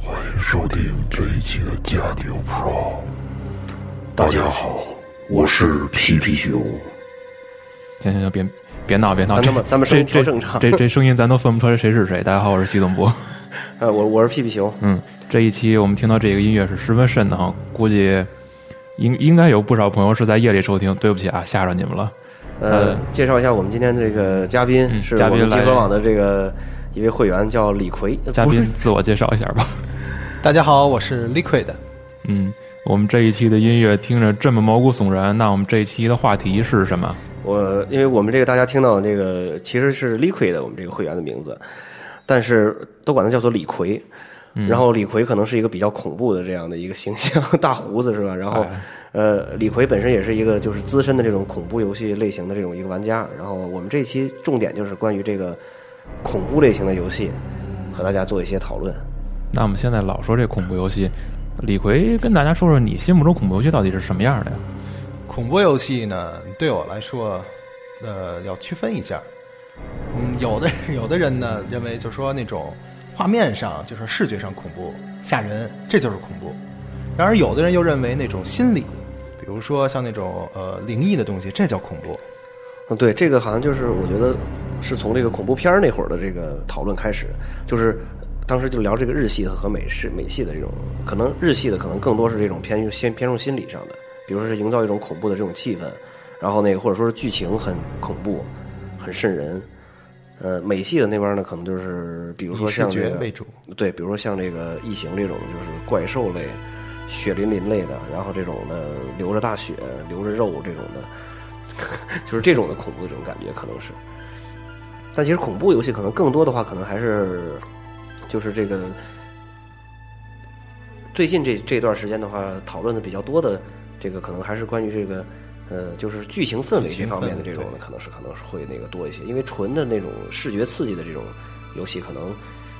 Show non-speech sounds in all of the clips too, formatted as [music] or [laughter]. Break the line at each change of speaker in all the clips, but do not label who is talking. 欢迎收听这一期的《家庭 Pro》。大家好，我是皮皮熊。
行行行，别别闹别闹，
咱
这
们咱们
这
声
这
说正常
这这声音咱都分不出来谁是谁。大家好，我是徐总
[laughs]
博。
呃，我我是屁屁熊，
嗯，这一期我们听到这个音乐是十分瘆的哈，估计应应该有不少朋友是在夜里收听。对不起啊，吓着你们了。
呃
呃，
介绍一下我们今天这个嘉宾
嗯
是
嘉
我
宾
们集
来
合网的这个一位会员叫李逵，呃
嘉
不是
宾自我介绍一下吧。 [laughs]
大家好，我是 Liquid。
嗯，我们这一期的音乐听着这么毛骨悚然，那我们这一期的话题是什么？
我，因为我们这个大家听到的这个其实是 Liquid 我们这个会员的名字，但是都管它叫做李逵。
嗯
然后李逵可能是一个比较恐怖的这样的一个形象， [laughs] 大胡子是吧？然后，
哎
呃，李逵本身也是一个就是资深的这种恐怖游戏类型的这种一个玩家。然后我们这期重点就是关于这个恐怖类型的游戏，和大家做一些讨论。
那我们现在老说这恐怖游戏，李逵跟大家说说你心目中恐怖游戏到底是什么样的呀？
恐怖游戏呢，对我来说，呃，要区分一下。嗯，有的有的人 [laughs] 呢认为，就说那种画面上，就是视觉上恐怖吓人，这就是恐怖。然而，有的人又认为那种心理，比如说像那种呃灵异的东西，这叫恐怖。
嗯，对，这个好像就是我觉得是从这个恐怖片儿那会儿的这个讨论开始，就是当时就聊这个日系的和美式美系的这种，可能日系的可能更多是这种偏于先偏重心理上的，比如说是营造一种恐怖的这种气氛，然后那个或者说是剧情很恐怖，很瘆人。呃，美系的那边呢，可能就是比如说
以视
像这
觉
个
为主
对，比如说像这个异形这种就是怪兽类、血淋淋类的，然后这种的流着大血、流着肉这种的，就是这种的恐怖的这种感觉可能是。但其实恐怖游戏可能更多的话，可能还是就是这个最近这这段时间的话，讨论的比较多的这个可能还是关于这个。呃，就是剧情氛围
剧
这
情
方面的
氛围
这种的，
对
可能是可能是会那个多一些，因为纯的那种视觉刺激的这种游戏，可能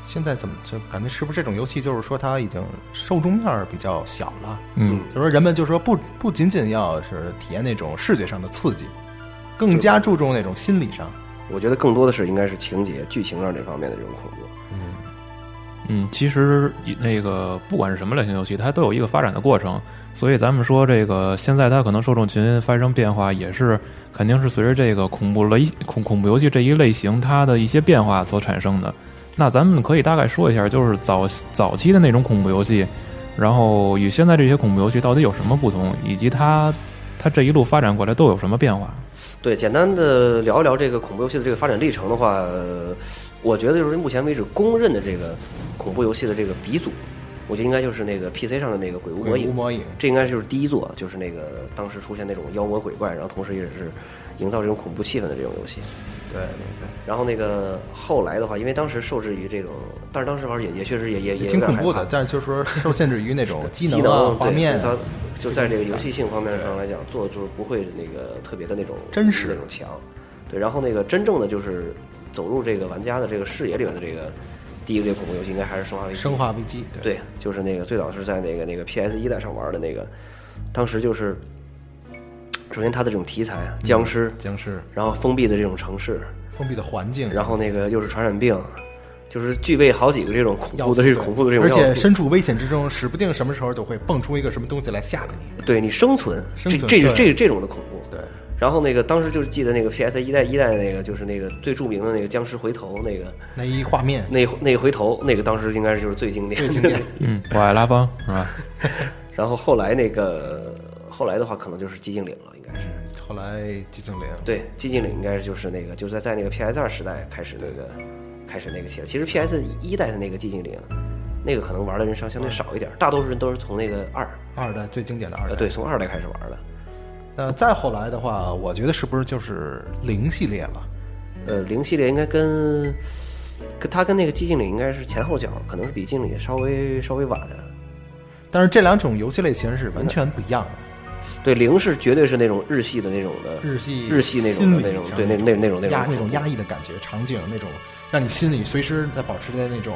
现在怎么就感觉是不是这种游戏，就是说它已经受众面儿比较小了？
嗯，
就说人们就说不不仅仅要是体验那种视觉上的刺激，更加注重那种心理上。
我觉得更多的是应该是情节、剧情上这方面的这种恐怖。
嗯，其实以那个不管是什么类型游戏，它都有一个发展的过程，所以咱们说这个现在它可能受众群发生变化，也是肯定是随着这个恐怖类恐恐怖游戏这一类型它的一些变化所产生的。那咱们可以大概说一下，就是早早期的那种恐怖游戏，然后与现在这些恐怖游戏到底有什么不同，以及它它这一路发展过来都有什么变化？
对，简单的聊一聊这个恐怖游戏的这个发展历程的话，呃我觉得就是目前为止公认的这个恐怖游戏的这个鼻祖，我觉得应该就是那个 PC 上的那个《鬼屋魔
鬼
影
屋》。魔影，
这应该就是第一座，就是那个当时出现那种妖魔鬼怪，然后同时也是营造这种恐怖气氛的这种游戏。
对对
然后那个后来的话，因为当时受制于这种，但是当时玩也也确实也也也
对，
有
挺
点
恐
害
怖
怕
的，但是就是说受限制于那种机
机
能
能
啊、
对
画面
所以
啊。
它就在这个游戏性方面上来讲，做就是不会那个特别的那种
真实
那种强。对，然后那个真正的就是走入这个玩家的这个视野里面的这个第一个这个恐怖游戏，应该还是《生化危机》。
生化危机，
对，就是那个最早是在那个那个 PS 一代上玩的那个，当时就是首先它的这种题材啊，僵尸，
嗯僵尸
然后封闭的这种城市，
封闭的环境，
然后那个又是传染病。就是具备好几个这种恐怖的这种恐怖的这种
而
要素，
且身处危险之中，指不定什么时候就会蹦出一个什么东西来吓着你。
对你生存，
生存
这这
对
这这种的恐怖。
对，
然后那个当时就是记得那个 PS 一代一代那个就是那个最著名的那个僵尸回头那个
那一画面，
[laughs] 那那回头那个当时应该是就是最经典的。
最经典
嗯，我爱拉芳是吧？
[laughs] 然后后来那个后来的话可能就是寂静岭了，应该是
嗯后来寂静岭，
对寂静岭应该是就是那个就是在在那个 PS 二时代开始那个开始那个起来。其实 PS 一代的那个寂静岭。那个可能玩的人上相对少一点，大多数人都是从那个二，
二代最经典的二代。
呃，对，从二代开始玩的。
那再后来的话，我觉得是不是就是零系列了？
呃，零系列应该跟跟它跟那个寂静岭应该是前后脚，可能是比寂静岭稍微稍微晚。啊
但是这两种游戏类型是完全不一样的，
对，零是绝对是那种日系的那种的
日系
日系那种的
心理
那种
上
对那那那种那
压
种
那种压抑的感觉，场景那种让你心里随时在保持着那种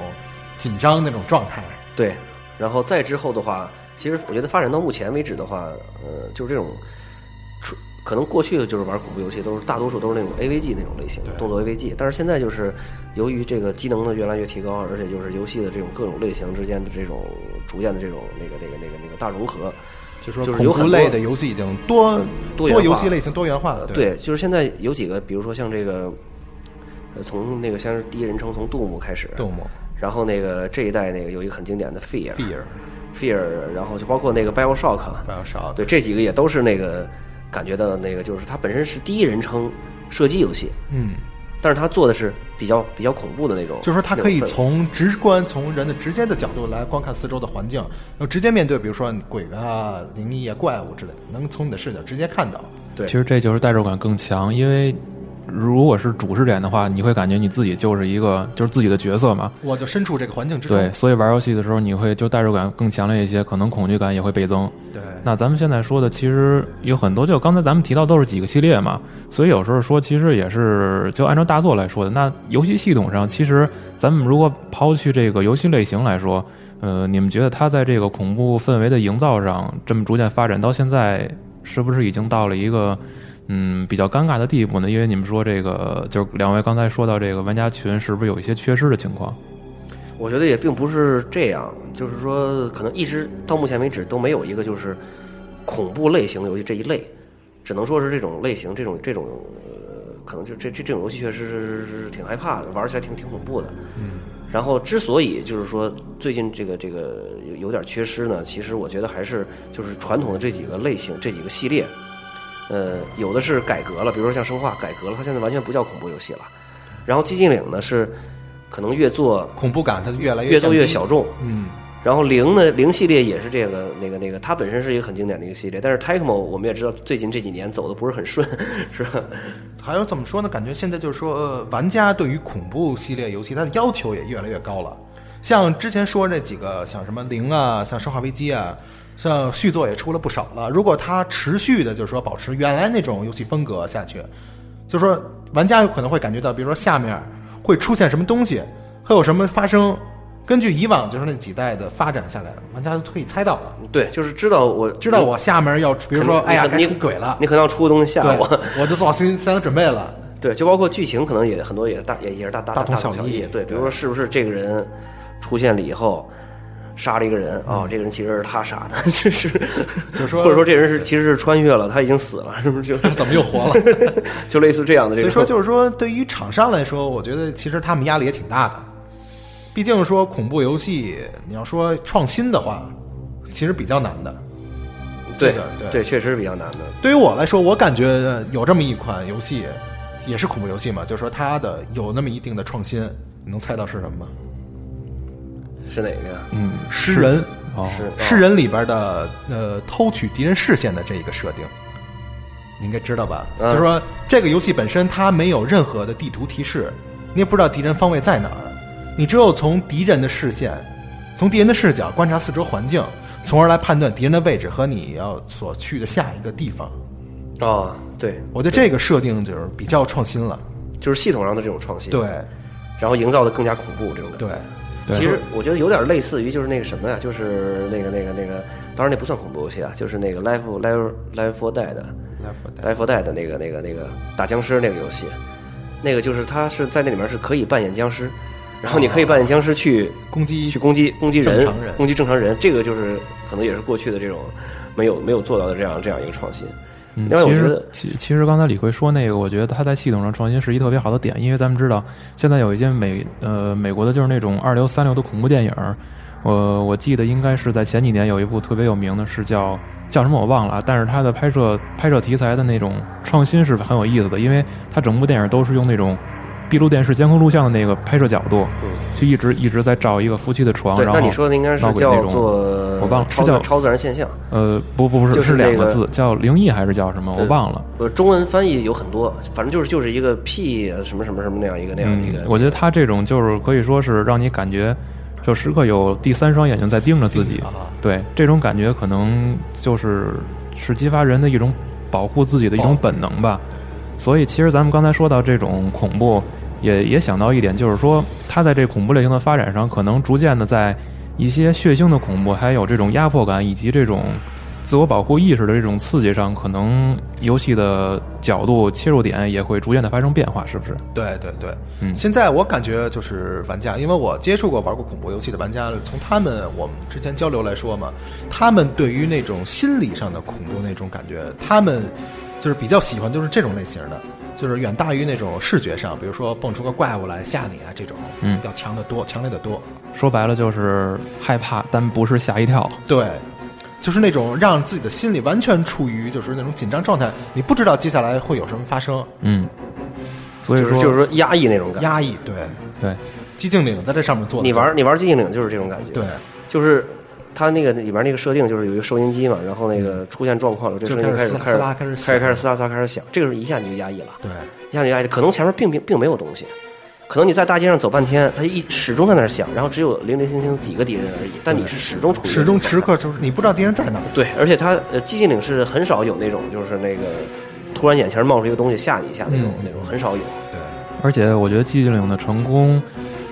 紧张那种状态。
对，然后再之后的话，其实我觉得发展到目前为止的话，呃，就是这种，出可能过去的就是玩恐怖游戏都是大多数都是那种 AVG 那种类型的
对
动作 AVG，但是现在就是由于这个机能的越来越提高，而且就是游戏的这种各种类型之间的这种逐渐的这种那个那个那个那个大融合，
就说
就是
恐
有
怖
很
类
多
的游戏已经多
多元化
游戏类型多元化了，
对，就是现在有几个，比如说像这个，呃，从那个像是第一人称从杜牧开始，
动物
然后那个这一代那个有一个很经典的 Fear
Fear
Fear，然后就包括那个 BioShock，
BioShock
对这几个也都是那个感觉到那个就是它本身是第一人称射击游戏，
嗯，
但是它做的是比较比较恐怖的那种，
就是说它可以
那种氛围
从直观、从人的直接的角度来观看四周的环境，然后直接面对，比如说鬼啊、灵异啊、怪物之类的，能从你的视角直接看到。
对
其实这就是代入感更强，因为如果是主视点的话，你会感觉你自己就是一个就是自己的角色嘛。
我就身处这个环境之中。
对，所以玩游戏的时候，你会就代入感更强烈一些，可能恐惧感也会倍增。
对
那咱们现在说的其实有很多，就刚才咱们提到都是几个系列嘛，所以有时候说其实也是就按照大作来说的。那游戏系统上，其实咱们如果抛去这个游戏类型来说，呃，你们觉得它在这个恐怖氛围的营造上，这么逐渐发展到现在，是不是已经到了一个？嗯，比较尴尬的地步呢，因为你们说这个，就是两位刚才说到这个玩家群是不是有一些缺失的情况？
我觉得也并不是这样，就是说，可能一直到目前为止都没有一个就是恐怖类型的游戏这一类，只能说是这种类型，这种这种呃，可能就这这这种游戏确实是是是挺害怕的，玩起来挺挺恐怖的。嗯。然后，之所以就是说最近这个这个有有点缺失呢，其实我觉得还是就是传统的这几个类型这几个系列，呃，有的是改革了，比如说像生化改革了，它现在完全不叫恐怖游戏了。然后寂静岭呢是可能越做
恐怖感它越来
越
降
做越
低
小。众。
嗯，
然后零呢，零系列也是这个那个那个，它本身是一个很经典的一个系列，但是 Tecmo 我们也知道最近这几年走的不是很顺，是吧？
还有怎么说呢？感觉现在就是说，呃玩家对于恐怖系列游戏它的要求也越来越高了。像之前说这几个，像什么零啊，像生化危机啊，像续作也出了不少了。如果它持续的，就是说保持原来那种游戏风格下去，就是说玩家有可能会感觉到，比如说下面会出现什么东西，会有什么发生。根据以往就是那几代的发展下来，玩家就可以猜到了，
对，就是知道我
知道，我下面要，比
比
如说，哎呀，该出鬼了，
你可能要出个东西吓
对，
我。
[laughs]
[laughs]
我就做好心理思想准备了。 [laughs]
对，就包括剧情，可能也很多也是大也也是大大
大同
小
小异
对，比如
对
说是不是这个人出现了以后杀了一个人啊、这个人其实是他杀的， [laughs] 这是
嗯 [laughs] 就说
或者说这人是其实是穿越了，他已经死了，是不是
[laughs]
就？ [laughs]
怎么又活了？
就类似这样的这
所以
种。
说，就是说，对于厂商来说，我觉得其实他们压力也挺大的。毕竟说恐怖游戏，你要说创新的话，其实比较难的。
对
这个对
对，确实是比较难的。
对于我来说，我感觉呃有这么一款游戏，也是恐怖游戏嘛，就是说它的有那么一定的创新，你能猜到是什么吗？
是哪个呀？
嗯，
诗人，
哦，
是
诗人里边的呃偷取敌人视线的这一个设定，你应该知道吧？
嗯
就是说这个游戏本身它没有任何的地图提示，你也不知道敌人方位在哪儿，你只有从敌人的视线，从敌人的视角观察四周环境，从而来判断敌人的位置和你要所去的下一个地方。
哦，对，
我觉得这个设定就是比较创新了，
就是系统上的这种创新，，
对
然后营造的更加恐怖这种感觉。
对，
对
其实我觉得有点类似于就是那个什么呀，就是那个那个那个，当然那不算恐怖游戏啊，就是那个 Life Life Life for Dead 的 Life for Dead 的那个那个那个打僵尸那个游戏，那个就是它是在那里面是可以扮演僵尸，然后你可以扮演僵尸去
攻击
去攻击攻击人
正常人
攻击正常人，这个就是可能也是过去的这种没有没有做到的这样这样一个创新。
嗯，
另外我
其
觉
实
得
其其实刚才李逵说那个，我觉得他在系统上创新是一特别好的点，因为咱们知道现在有一些美呃美国的就是那种二流三流的恐怖电影儿，呃，我记得应该是在前几年有一部特别有名的是叫叫什么我忘了啊，但是它的拍摄拍摄题材的那种创新是很有意思的，因为它整部电影都是用那种。闭路电视监控录像的那个拍摄角度，就一直一直在照一个夫妻的床。
嗯对，
然后
那你说的应该是
闹鬼那
叫
种
做
我忘了是
超
叫
自超自然现象。
呃不不不是
就是是
两
那
个
个
字叫灵异还是叫什么我
对
忘了。
呃，中文翻译有很多，反正就是就是一个屁呃什么什么什么那样一个那样一
嗯
个。，
我觉得他这种就是可以说是让你感觉，就时刻有第三双眼睛在盯着啊自己。对，这种感觉可能就是是激发人的一种保护自己的一种本能吧。所以，其实咱们刚才说到这种恐怖，也也想到一点，就是说它在这恐怖类型的发展上，可能逐渐的在一些血腥的恐怖，还有这种压迫感以及这种自我保护意识的这种刺激上，可能游戏的角度切入点也会逐渐的发生变化，是不是？
对对对，
嗯
现在我感觉就是玩家，因为我接触过玩过恐怖游戏的玩家，从他们我们之前交流来说嘛，他们对于那种心理上的恐怖那种感觉，他们就是比较喜欢就是这种类型的，就是远大于那种视觉上，比如说蹦出个怪物来吓你啊这种，
嗯
要强得多，强烈得多。
说白了就是害怕，但不是吓一跳。
对，就是那种让自己的心里完全处于就是那种紧张状态，你不知道接下来会有什么发生，
嗯，所以
就
说、
是就是说压抑那种感觉。
压抑。对，
对，
寂静岭在这上面做的，
你玩你玩寂静岭就是这种感觉。
对，
就是它那个里边那个设定就是有一个收音机嘛，然后那
嗯
个出现状况了，这
就
声音就开
开始
始
撕
开始
拉
开
撕拉开
始开始
始响
撕拉撕拉开始响，这个时候一下你就压抑了，
对。
一下就压抑了。可能前面并并并没有东西，可能你在大街上走半天，它一始终在那儿响，然后只有零零星星几个敌人而已，但你是始终处于
始
那种
终
状态
时刻就是你不知道敌人在哪
啊
儿。
对，而且它呃寂静岭是很少有那种就是那个突然眼前冒出一个东西吓你一下那种、
嗯
那种很少有。
而且我觉得寂静岭的成功，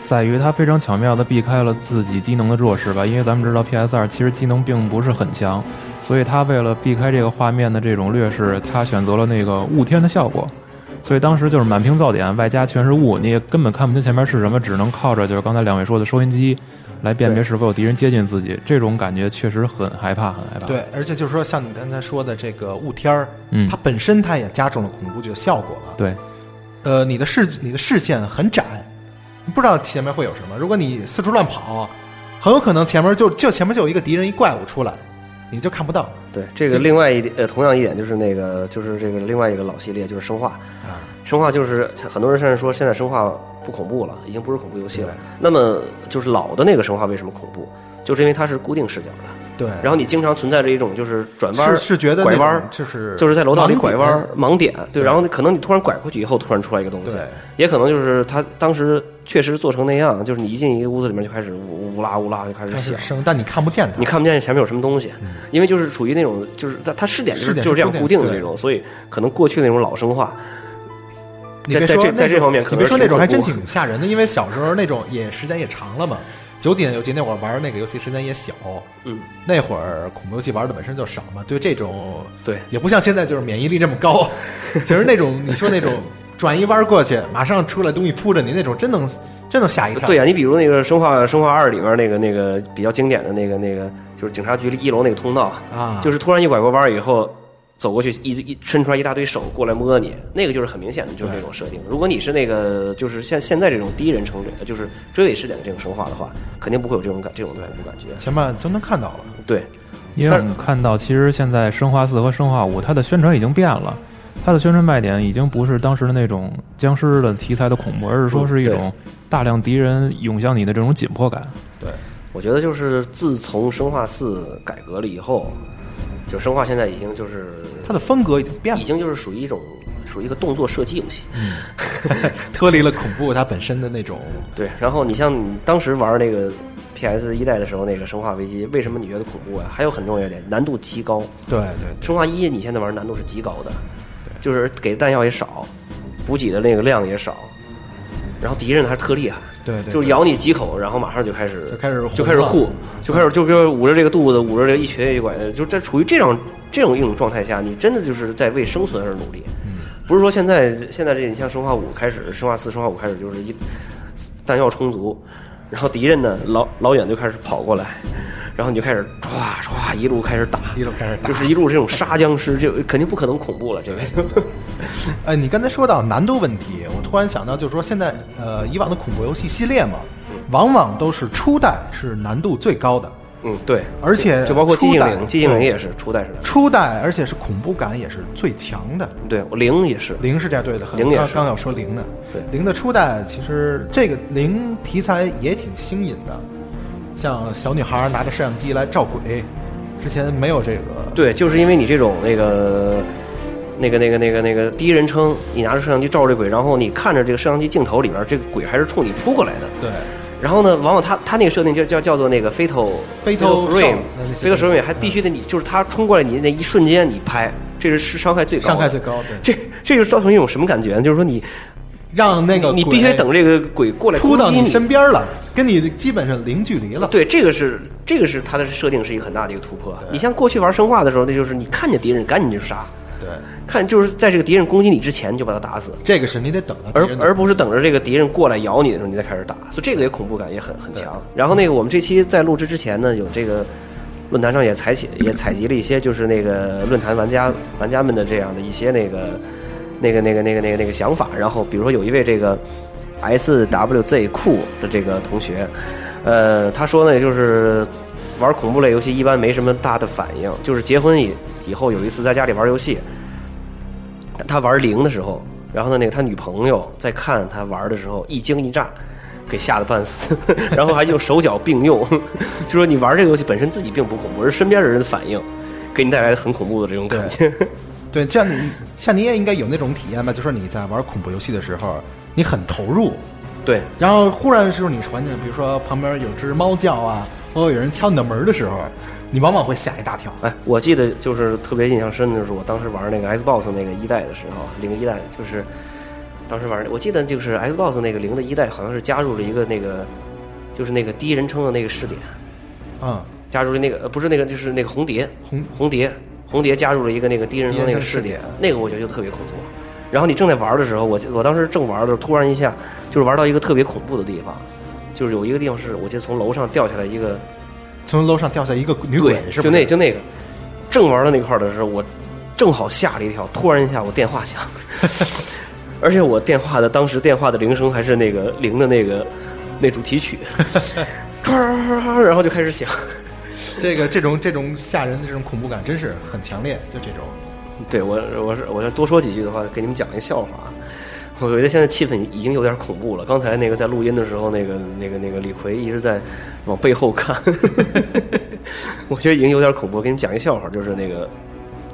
在于它非常巧妙的避开了自己机能的弱势吧，因为咱们知道 PS 二其实机能并不是很强，所以它为了避开这个画面的这种劣势，它选择了那个雾天的效果。所以当时就是满屏噪点，外加全是雾，你也根本看不清前面是什么，只能靠着就是刚才两位说的收音机来辨别是否有敌人接近自己。这种感觉确实很害怕，很害怕。
对，而且就是说，像你刚才说的这个雾天儿，
嗯
它本身它也加重了恐怖剧的效果了。
对，
呃，你的视你的视线很窄，你不知道前面会有什么。如果你四处乱跑，很有可能前面就就前面就有一个敌人一怪物出来，你就看不到
对，这个另外一点呃，同样一点就是那个就是这个另外一个老系列就是生化，
啊。
生化就是很多人甚至说现在生化不恐怖了，已经不是恐怖游戏了。
嗯
那么就是老的那个生化为什么恐怖？就是因为它是固定视角的，
对，
然后你经常存在着一种就是转弯
是是觉得
拐弯
那种
儿。
就是
就是在楼道里拐弯
盲
儿
点，
盲点，对，然后可能你突然拐过去以后，突然出来一个东西
对，
也可能就是他当时确实做成那样，就是你一进一个屋子里面就开始呜呜啦呜啦就开始
开
响
始，声，但你看不见它。
你看不见前面有什么东西，因为就是处于那种就是它它视点就是
视点
就是这样
是
固定的
对
这种，所以可能过去那种老生化，
你别
在
说
在这在
那
这
种
方面可
你
能
别说那种还
挺
真
恐怖
挺吓人的，因为小时候那种也时间也长了嘛。九几年、九几年我玩那个游戏时间也小，
嗯，
那会儿恐怖游戏玩的本身就少嘛，对这种
对
也不像现在就是免疫力这么高。其实那种你说
[laughs]
那种转一弯过去，马上出来东西扑着你那种，真能真能吓一跳。
对啊呀、你比如那个《生化生化二》里面那个那个比较经典的那个那个，就是警察局一楼那个通道
啊
就是突然一拐过弯儿以后，走过去一一伸出来一大堆手过来摸你，那个就是很明显的就是这种设定。如果你是那个就是现现在这种第一人称这就是追尾视点的这种生化的话，肯定不会有这种感这种恐怖感觉。
前面都能看到了，
对，
因为我们看到，其实现在《生化四》和《生化五》它的宣传已经变了，它的宣传卖点已经不是当时的那种僵尸的题材的恐怖，而是说是一种大量敌人涌向你的这种紧迫感。
我觉得就是自从生化四改革了以后，就生化现在已经就是
它的风格已经变
已 [laughs]
了，
经就是属于一种属于一个动作射击游戏。
脱离了恐怖它本身的那种。
对，然后你像你当时玩那个 PS 一代的时候，那个《生化危机》，为什么你觉得恐怖啊？还有很重要一点，难度极高。
对对，
生化一你现在玩难度是极高的，就是给弹药也少，补给的那个量也少，然后敌人还特厉害。
对对对
就是咬你几口，然后马上就开始
就开始
就开始
混
护
乱，
就开始就比如捂着这个肚子，捂着这个一瘸一拐的，就在处于这种这种一种状态下，你真的就是在为生存而努力。
嗯
不是说现在现在这你像生化五开始，生化四、生化五开始就是一弹药充足，然后敌人呢老老远就开始跑过来，然后你就开始唰唰一路开始打，
一路开始打
就是一路这种杀僵尸，这肯定不可能恐怖了，这个就
哎，你刚才说到难度问题，我突然想到，就是说现在呃，以往的恐怖游戏系列嘛，往往都是初代是难度最高的，
[laughs] 嗯，对，
而且
就包括寂
初
静
代嗯
岭，寂静岭也是初代时代，
初代，而且是恐怖感也是最强的。
对，零也是，
零是这样对的，很
零也
刚
是
刚要说零呢，
对
零的初代其实这个零题材也挺新颖的，像小女孩拿着摄像机来照鬼，之前没有这个，
对，就是因为你这种那个。那个、那个、那个、那个第一人称，你拿着摄像机照着这鬼，然后你看着这个摄像机镜头里边，这个鬼还是冲你扑过来的。
对
然后呢，往往他他那个设定叫叫叫做那个 fatal
Fatal shot，那那些
frame，fatal
东西
frame 还必须得你就是他冲过来你那一瞬间你拍，这是是伤害最高的，
伤害最高对
这这就造成一种什么感觉呢？就是说你
让那个
你你
鬼
必须得等这个鬼过来
扑到
攻击
你
你
身边了，跟你基本上零距离了。
对，这个是这个是它的设定是一个很大的一个突破。你像过去玩生化的时候，那就是你看见敌人赶紧就杀，
对，
看就是在这个敌人攻击你之前你就把他打死，
这个是你得等着别
而
人的
而不是等着这个敌人过来咬你的时候你再开始打，所以这个也恐怖感也很很强。然后那个我们这期在录制之前呢，有这个论坛上也采集也采集了一些就是那个论坛玩家玩家们的这样的一些那个那个那个那个那个那个想法。然后比如说有一位这个 S W Z 酷的这个同学，呃，他说呢就是。玩恐怖类游戏一般没什么大的反应，就是结婚以以后有一次在家里玩游戏，他玩零的时候，然后呢，那个他女朋友在看他玩的时候一惊一乍，给吓得半死， [laughs] 然后还用手脚并用， [laughs] 就说你玩这个游戏本身自己并不恐怖，而是身边的人的反应给你带来很恐怖的这种感觉。
对，像你像你也应该有那种体验吧，就是你在玩恐怖游戏的时候，你很投入，
[laughs] 对，
然后忽然是你环境，比如说旁边有只猫叫啊，或者有人敲你的门的时候，你往往会吓一大跳。
哎，我记得就是特别印象深的就是我当时玩那个 Xbox 那个一代的时候，零一代就是当时玩，我记得就是 Xbox 那个零的一代好像是加入了一个那个就是那个第一人称的那个视点，
嗯，
加入了那个呃不是那个就是那个红蝶
红
红蝶红蝶加入了一个那个第一人称那个视点
第一人称视，
那个我觉得就特别恐怖。然后你正在玩的时候，我我当时正玩的时候，突然一下就是玩到一个特别恐怖的地方，就是有一个地方是我记得从楼上掉下来一个
从楼上掉下一个女
对
鬼，是不是？
就那就那个，正玩到那块儿的时候，我正好吓了一跳，突然一下我电话
[laughs]
响了，而且我电话的当时电话的铃声还是那个铃的那个那主题
[laughs]
曲， [laughs] 唰然后就开始响。
这个这种这种吓人的这种恐怖感真是很强烈，就这种。
[laughs] 对我，我是我要多说几句的话，给你们讲一个笑话啊。我觉得现在气氛已经有点恐怖了。刚才那个在录音的时候，那个那个那个李逵一直在往背后看， [laughs] 我觉得已经有点恐怖了。给你们讲一个笑话，就是那个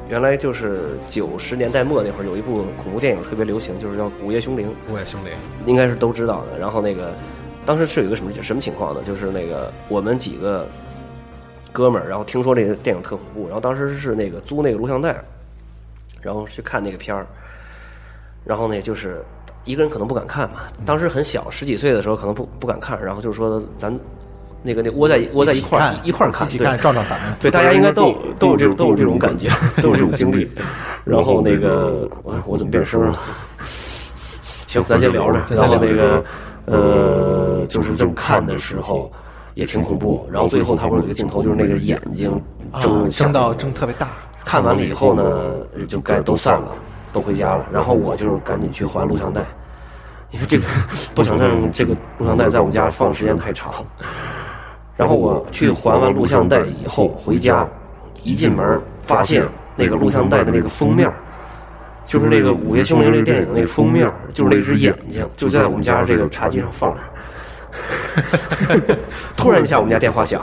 原来就是九十年代末那会儿有一部恐怖电影特别流行，就是叫《午夜凶铃》。
我也兄弟，
应该是都知道的。然后那个当时是有一个什么什么情况呢？就是那个我们几个哥们儿，然后听说这个电影特恐怖，然后当时是那个租那个录像带，然后去看那个片儿，然后呢就是。一个人可能不敢看嘛，当时很小，十几岁的时候可能不不敢看，然后就是说咱那个那窝在窝在一块儿
起
一块儿看，
一起
对
看，壮壮胆。
对，大家应该都有都有这种都有这种感觉， [laughs] 都有这种经历。然后那个， [laughs] 我我怎么变声了？ [laughs] 行，咱先聊着。然后那个，呃，就是这么看的时候也挺恐怖。然后最后他不是有一个镜头，就是那个眼睛
啊
睁，下
争
来
到争特别大，
看完了以后呢，就该都散了，都回家了。然后我就是赶紧去还录像带，因为这个不想让这个录像带在我们家放时间太长。然后我去还完录像带以后回家，一进门发现那个录像带的那个封面儿，就是那个《午夜凶铃》那个电影那封面儿，就是那只眼睛就在我们家这个茶几上放着。突然一下，我们家电话响。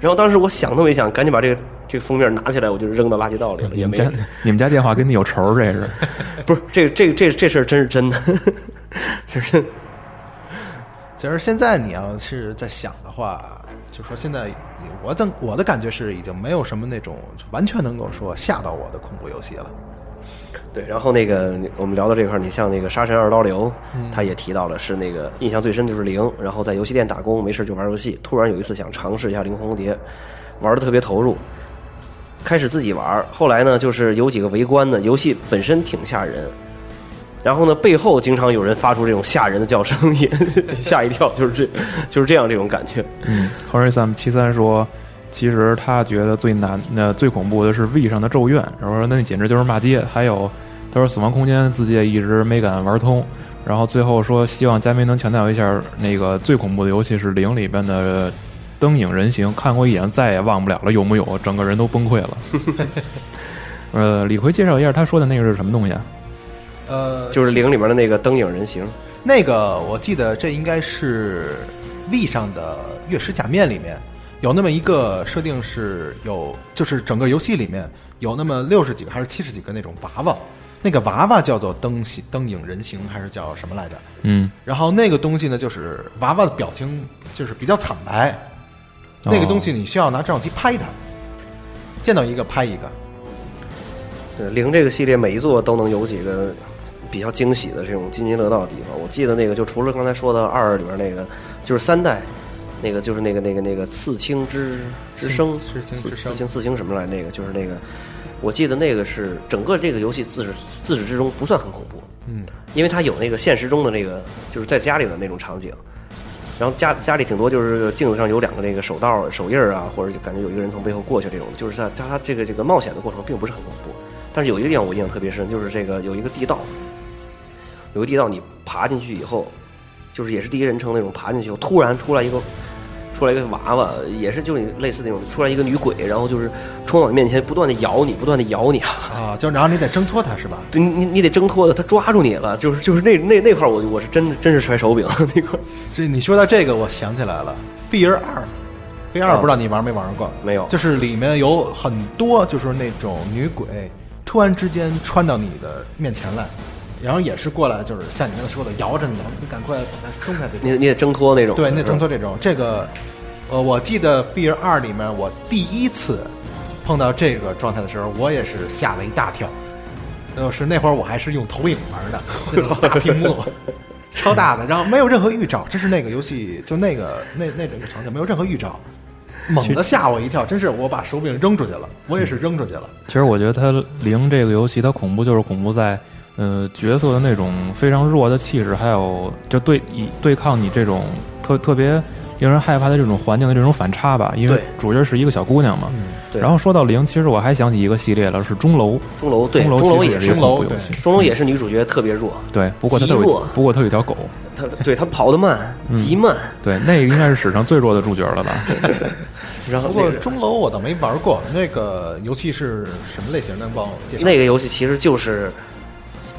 然后当时我想都没想，赶紧把这个这个封面拿起来，我就扔到垃圾道里了，
你
也
们
没
家你们家电话跟你有仇，这是
不是这这这这事儿真是真的， [laughs] 这是
其实现在你要是在想的话，就说现在我怎我的感觉是已经没有什么那种完全能够说吓到我的恐怖游戏了。
对。然后那个我们聊到这块儿，你像那个《杀神二刀流》，他也提到了是那个印象最深就是零，然后在游戏店打工，没事就玩游戏，突然有一次想尝试一下灵红蝶，玩的特别投入，开始自己玩儿，后来呢就是有几个围观的，游戏本身挺吓人。然后呢，背后经常有人发出这种吓人的叫声， [laughs] 也吓一跳，就是这，就是这样这种感觉。
嗯，Henry Sam 七三说，其实他觉得最难、呃最恐怖的是 V 上的咒怨，然后说那简直就是骂街。还有他说死亡空间自己也一直没敢玩通，然后最后说希望嘉宾能强调一下，那个最恐怖的游戏是零里边的灯影人形，看过一眼再也忘不了了，有木有？整个人都崩溃了。呃，李逵介绍一下他说的那个是什么东西啊？
呃，
就是零里面的那个灯影人形，
那个我记得这应该是 V 上的月食假面里面有那么一个设定是有，就是整个游戏里面有那么六十几个还是七十几个那种娃娃，那个娃娃叫做灯形灯影人形还是叫什么来着？
嗯，
然后那个东西呢，就是娃娃的表情就是比较惨白，
哦
那个东西你需要拿照相机拍它，见到一个拍一个。
呃，零这个系列每一座都能有几个比较惊喜的这种津津乐道的地方。我记得那个就除了刚才说的二里面那个，就是三代，那个就是那个那个那个刺青之之声，
刺青
刺
之声
刺青刺青什么来那个就是那个，我记得那个是整个这个游戏自始自始至终不算很恐怖，
嗯，
因为它有那个现实中的那个就是在家里的那种场景。然后家家里顶多就是镜子上有两个那个手道手印儿啊，或者就感觉有一个人从背后过去这种，就是它它它这个这个冒险的过程并不是很恐怖。但是有一个地方我印象特别深，就是这个有一个地道，有一个地道你爬进去以后，就是也是第一人称那种爬进去以后，突然出来一个出来一个娃娃，也是就是类似那种出来一个女鬼，然后就是冲到你面前不断的咬你，不断的咬你啊，
啊，就然后你得挣脱它是吧？
对你你你得挣脱的，他抓住你了，就是就是那那那块儿我我是真的真是摔手柄 [laughs] 那块儿
这你说到这个，我想起来了，Fear 二，Fear 二
啊
不知道你玩没玩过？
没有
就是里面有很多就是那种女鬼，突然之间穿到你的面前来，然后也是过来就是像你刚才说的摇着你，你赶快把它松开这
你
种。
得你得挣脱那种，
对，那挣
挣
脱这种，这个，呃，我记得 Fear 二里面我第一次碰到这个状态的时候，我也是吓了一大跳。呃就是那会儿我还是用投影玩的，那
[laughs]
种大屏幕，超大的，然后没有任何预兆，这是那个游戏就那个那那个场景没有任何预兆，猛地吓我一跳，真是我把手柄扔出去了，我也是扔出去了。
其实我觉得它零这个游戏，它恐怖就是恐怖在，呃，角色的那种非常弱的气势，还有就对以对抗你这种特特别令人害怕的这种环境的这种反差吧。因为
对
主角是一个小姑娘嘛。
对
然后说到零，其实我还想起一个系列了，是钟楼。
钟楼对
钟楼
钟楼
其实
也
是
是
一个
钟楼
恐怖游
对
戏。
钟楼也是女主角特别弱，
对，不过它都
极
有
弱，
不过它有一条狗。
她对她跑得慢，
嗯
极慢，
对，那个应该是史上最弱的主角了吧？
然后嗯
不
那
过
个
钟楼我倒没玩过，那个游戏是什么类型？能帮我介绍？
那个游戏其实就是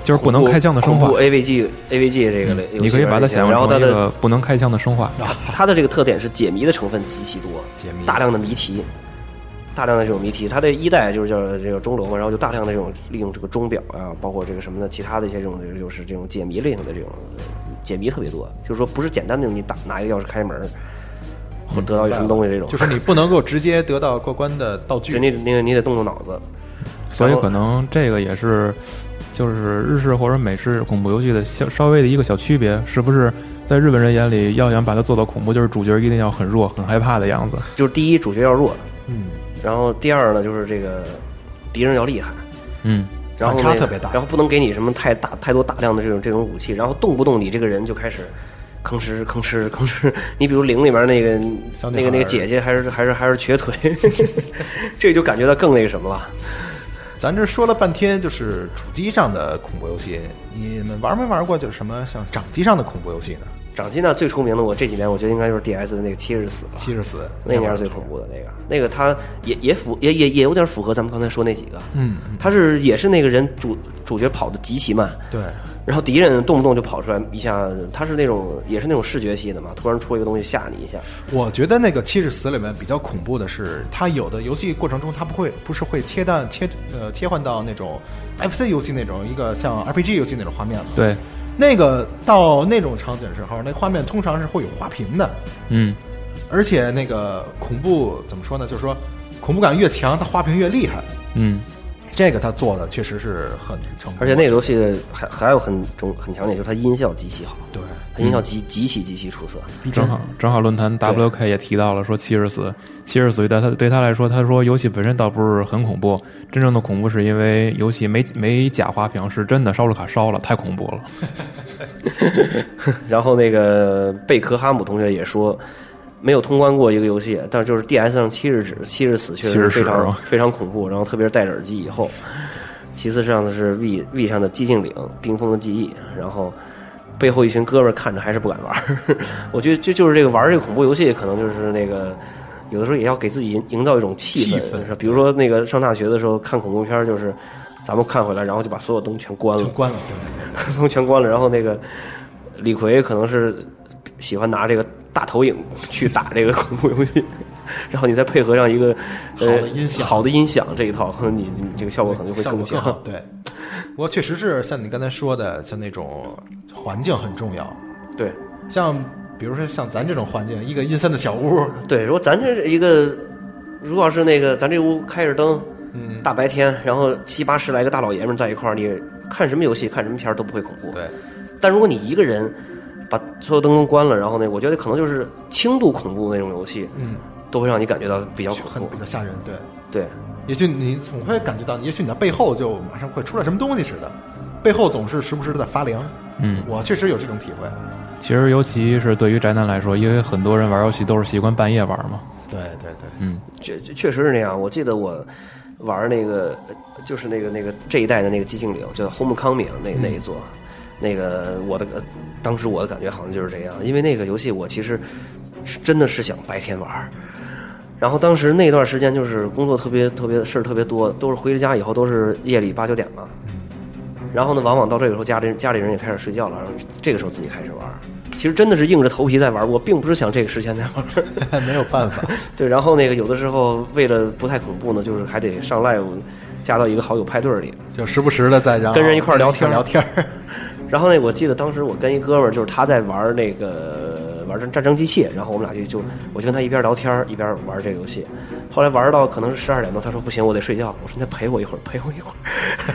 就是不能开枪的生化。嗯
AVG AVG 这个类游戏
你可以把它想
然后
象
它
成一
的
个不能开枪的生化。
它的这个特点是解谜的成分极其多，
解谜
大量的谜题，大量的这种谜题。它的一代就是叫这个钟楼嘛，然后就大量的这种利用这个钟表啊，包括这个什么的，其他的一些这种就是这种解谜类型的这种解谜特别多，就是说不是简单的那种你打拿一个钥匙开门，或得到一个什么东西这种，
就是你不能够直接得到过关的道具
对，你你你得动动脑子。
所以
然后
可能这个也是，就是日式或者美式恐怖游戏的小稍微的一个小区别，是不是？在日本人眼里，要想把它做到恐怖，就是主角一定要很弱、很害怕的样子。
就是第一主角要弱，
嗯，
然后第二呢就是这个敌人要厉害，
嗯，
然后
反差
那个
特别大
然后不能给你什么太大太多大量的这种这种武器，然后动不动你这个人就开始吭哧吭哧吭哧。 [laughs] 你比如零里面那个
小女
那个
孩
那个姐姐还是还是还是瘸腿， [laughs] 这个就感觉到更那个什么了。
咱这说了半天，就是主机上的恐怖游戏，你们玩没玩过？就是什么像掌机上的恐怖游戏呢？
掌机呢最出名的，我这几年我觉得应该就是 DS 的那个七日死了。
七十四
啊那应该是最恐怖的那个，那个它也也符也也也有点符合咱们刚才说那几个，
嗯，
它是也是那个人主主角跑的极其慢，
对，
然后敌人动不动就跑出来一下，他是那种也是那种视觉系的嘛，突然出一个东西吓你一下。
我觉得那个七十四里面比较恐怖的是，它有的游戏过程中它不会不是会切断切呃切换到那种 FC 游戏那种一个像 RPG 游戏那种画面吗？，
对，
那个到那种场景的时候，那画面通常是会有滑屏的，
嗯，
而且那个恐怖怎么说呢？就是说恐怖感越强，它滑屏越厉害。
嗯，
这个它做的确实是很成功，
而且那个游戏还还有很重很强点，就是它音效极其好，
对。
它音效极极其极其出色。
正好正好论坛 WK 也提到了，说七十死，七十死对他对他来说，他说游戏本身倒不是很恐怖，真正的恐怖是因为游戏没没假花屏，是真的烧了卡烧了，太恐怖了。
[laughs] 然后那个贝克哈姆同学也说，没有通关过一个游戏，但是就是 DS 上七日指七日死确实是非
七日死
常
啊
[laughs] 非常恐怖，然后特别是戴着耳机以后。其次上的是 V V 上的寂静岭、冰封的记忆，然后背后一群哥们儿看着还是不敢玩儿。 [laughs] 我觉得这就是这个玩儿这个恐怖游戏，可能就是那个有的时候也要给自己营营造一种气氛。
气氛
是吧比如说那个上大学的时候看恐怖片儿，就是咱们看回来，然后就把所有灯全关了
就，关了，对对对，
[laughs] 灯全关了。然后那个李逵可能是喜欢拿这个大投影去打这个恐怖游戏，然后你再配合上一个呃
好的音响
好的音响这一套，可能你你这个效果可能就会
效果
更强。
更好。对，不过确实是像你刚才说的，像那种环境很重要，
对
像比如说像咱这种环境，一个阴森的小屋，
对，如果咱这是一个，如果要是那个咱这屋开着灯，
嗯，
大白天，然后七八十来个大老爷们儿在一块儿，你看什么游戏看什么片儿都不会恐怖。
对，
但如果你一个人把所有灯都关了，然后呢，我觉得可能就是轻度恐怖那种游戏，
嗯，
都会让你感觉到比较恐
很
怖
比。较吓人，对。
对，
也许你总会感觉到，也许你的背后就马上会出来什么东西似的，背后总是时不时的在发凉。
嗯，
我确实有这种体会。
其实尤其是对于宅男来说，因为很多人玩游戏都是习惯半夜玩嘛，
对对对，
嗯，
确确实是那样。我记得我玩那个，就是那个那个这一代的那个寂静岭，叫 Homecoming 那那一座，那个我的当时我的感觉好像就是这样，因为那个游戏我其实是真的是想白天玩儿。然后当时那段时间就是工作特别特别事儿特别多，都是回了家以后都是夜里八九点了。然后呢，往往到这个时候家里家里人也开始睡觉了，然后这个时候自己开始玩儿。其实真的是硬着头皮在玩儿，我并不是想这个时间在玩儿。
[laughs] 没有办法，
[laughs] 对，然后那个有的时候为了不太恐怖呢，就是还得上 live，加到一个好友派对里。
就时不时的在然后
跟人一块儿聊天儿
聊天
[laughs]
儿。
然后那我记得当时我跟一哥们儿，就是他在玩那个玩战战争机器，然后我们俩就就我就跟他一边聊天儿一边玩这个游戏。后来玩到可能是十二点多，他说不行，我得睡觉。我说那陪我一会儿，陪我一会儿。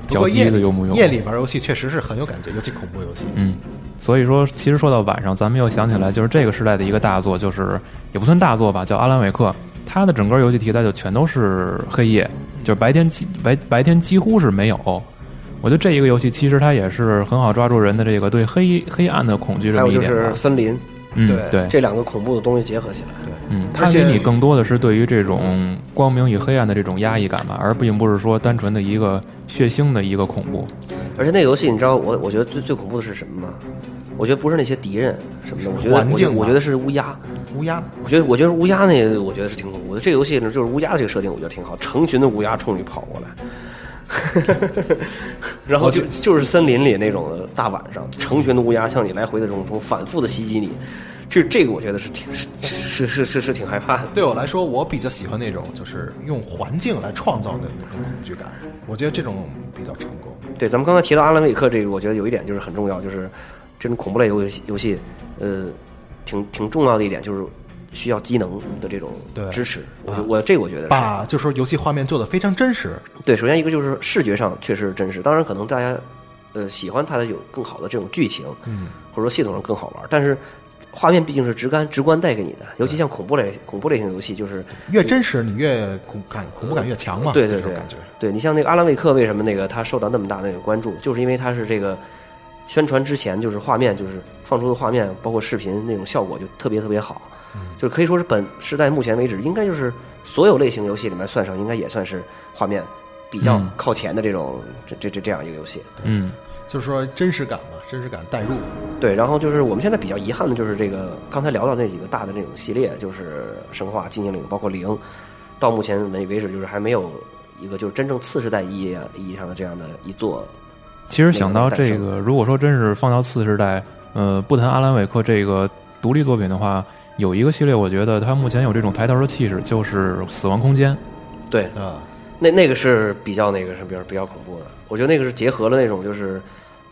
不
脚
过
鸡
夜
子
里
有木有？
夜里玩游戏确实是很有感觉，尤其恐怖游戏。
嗯，所以说，其实说到晚上，咱们又想起来，就是这个时代的一个大作，就是也不算大作吧，叫阿兰韦克。他的整个游戏题材就全都是黑夜，就是白天几白白天几乎是没有。我觉得这一个游戏其实它也是很好抓住人的这个对黑黑暗的恐惧
还
这
有
么一
就
点吧
是。森林，
嗯，
对
对，
这两个恐怖的东西结合起来。
嗯，它
而且
给你更多的是对于这种光明与黑暗的这种压抑感吧，而并不是说单纯的一个血腥的一个恐怖。
而且那游戏你知道我我觉得最最恐怖的是什么吗？我觉得不是那些敌人什么的，我觉得
环境
啊
我觉得我
吧
觉得是乌鸦。
乌鸦，
我觉得，我觉得乌鸦那个，我觉得是挺恐怖的。这个游戏呢，就是乌鸦这个设定，我觉得挺好，成群的乌鸦冲你跑过来， [laughs] 然后就就是森林里那种的大晚上，成群的乌鸦向你来回的这种这种反复的袭击你，这这个我觉得是挺是是是是是挺害怕的。
对我来说，我比较喜欢那种就是用环境来创造的那种恐惧感。我觉得这种比较成功。
对，咱们刚才提到阿兰韦克这个，我觉得有一点就是很重要，就是这种恐怖类游戏游戏，呃，挺挺重要的一点就是需要机能的这种
对
支持。我觉我这个我觉得是。
把就说游戏画面做的非常真实，
对，首先一个就是视觉上确实是真实，当然可能大家呃喜欢它的有更好的这种剧情，
嗯，
或者说系统上更好玩，但是画面毕竟是直观直观带给你的，尤其像恐怖类恐怖类型的游戏，就是
越真实你越恐感恐怖感越强嘛，
对
就
对
这种
对
感觉。
对你像那个阿兰韦克，为什么那个他受到那么大的那个关注，就是因为他是这个宣传之前就是画面就是放出的画面，包括视频那种效果就特别特别好，
嗯
就是可以说是本时代目前为止应该就是所有类型游戏里面算上，应该也算是画面比较
嗯
靠前的这种、这这这这样一个游戏。
嗯，
就是说真实感嘛，真实感代入，
对，然后就是我们现在比较遗憾的就是这个刚才聊到那几个大的那种系列，就是生化、寂静岭，包括零，到目前为为止就是还没有一个就是真正次世代意义啊意义上的这样的一座。
其实想到这
那个
个，如果说真是放到次世代，呃，不谈阿兰韦克这个独立作品的话，有一个系列，我觉得它目前有这种抬头的气势，就是《死亡空间》。
对，
啊，
那那个是比较那个是比较比较恐怖的，我觉得那个是结合了那种就是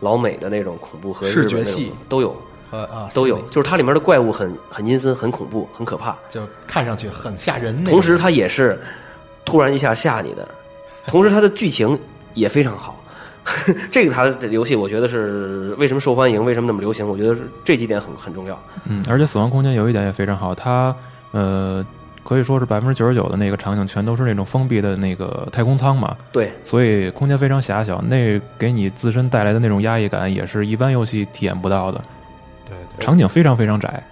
老美的那种恐怖和
视
日
觉
本那种
系
都有
呃啊
都有
心，里
就是它里面的怪物很很阴森、很恐怖、很可怕，
就看上去很吓人那种。
同时它也是突然一下吓你的，同时它的剧情也非常好。 [laughs] 这个它的游戏，我觉得是为什么受欢迎，为什么那么流行，我觉得是这几点很很重要。
嗯，而且《死亡空间》有一点也非常好，它呃可以说是百分之九十九的那个场景全都是那种封闭的那个太空舱嘛，
对，
所以空间非常狭小，那给你自身带来的那种压抑感，也是一般游戏体验不到的。
对对，
场景非常非常窄。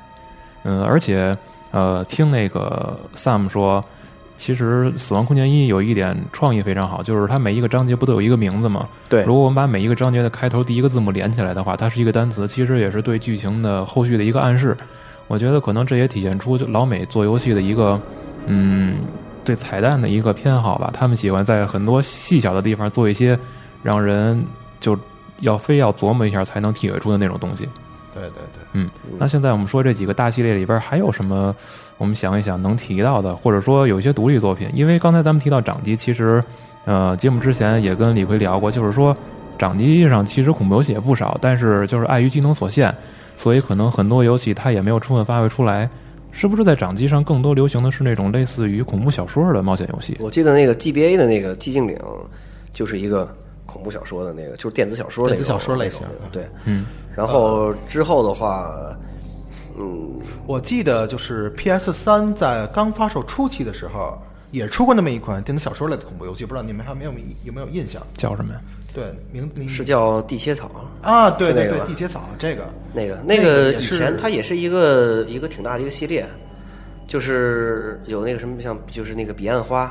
嗯，而且呃，听那个 Sam 说，其实《死亡空间一》有一点创意非常好，就是它每一个章节不都有一个名字吗？
对
如果我们把每一个章节的开头第一个字母连起来的话，它是一个单词，其实也是对剧情的后续的一个暗示。我觉得可能这也体现出就老美做游戏的一个，嗯，对彩蛋的一个偏好吧。他们喜欢在很多细小的地方做一些让人就要非要琢磨一下才能体会出的那种东西。
对对对，
嗯，那现在我们说这几个大系列里边还有什么？我们想一想能提到的，或者说有一些独立作品，因为刚才咱们提到掌机，其实呃节目之前也跟李逵聊过，就是说掌机上其实恐怖游戏也不少，但是就是碍于机能所限，所以可能很多游戏它也没有充分发挥出来。是不是在掌机上更多流行的是那种类似于恐怖小说的冒险游戏？ [laughs]
我记得那个 GBA 的那个寂静岭，就是一个恐怖小说的那个，就是电子小说那种
电子小说类型
那种对，嗯。然后之后的话，嗯，
我记得就是 PS 三在刚发售初期的时候，也出过那么一款电子小说类的恐怖游戏，不知道你们还没有有没有印象？
叫什么呀？
对，名你
是叫地切草
啊，对
是那
对
个
对，
吧
地铁草这个，
那个
那
那
个
个
也
以
是
前它也是一个一个挺大的一个系列，就是有那个什么像就是那个彼岸花，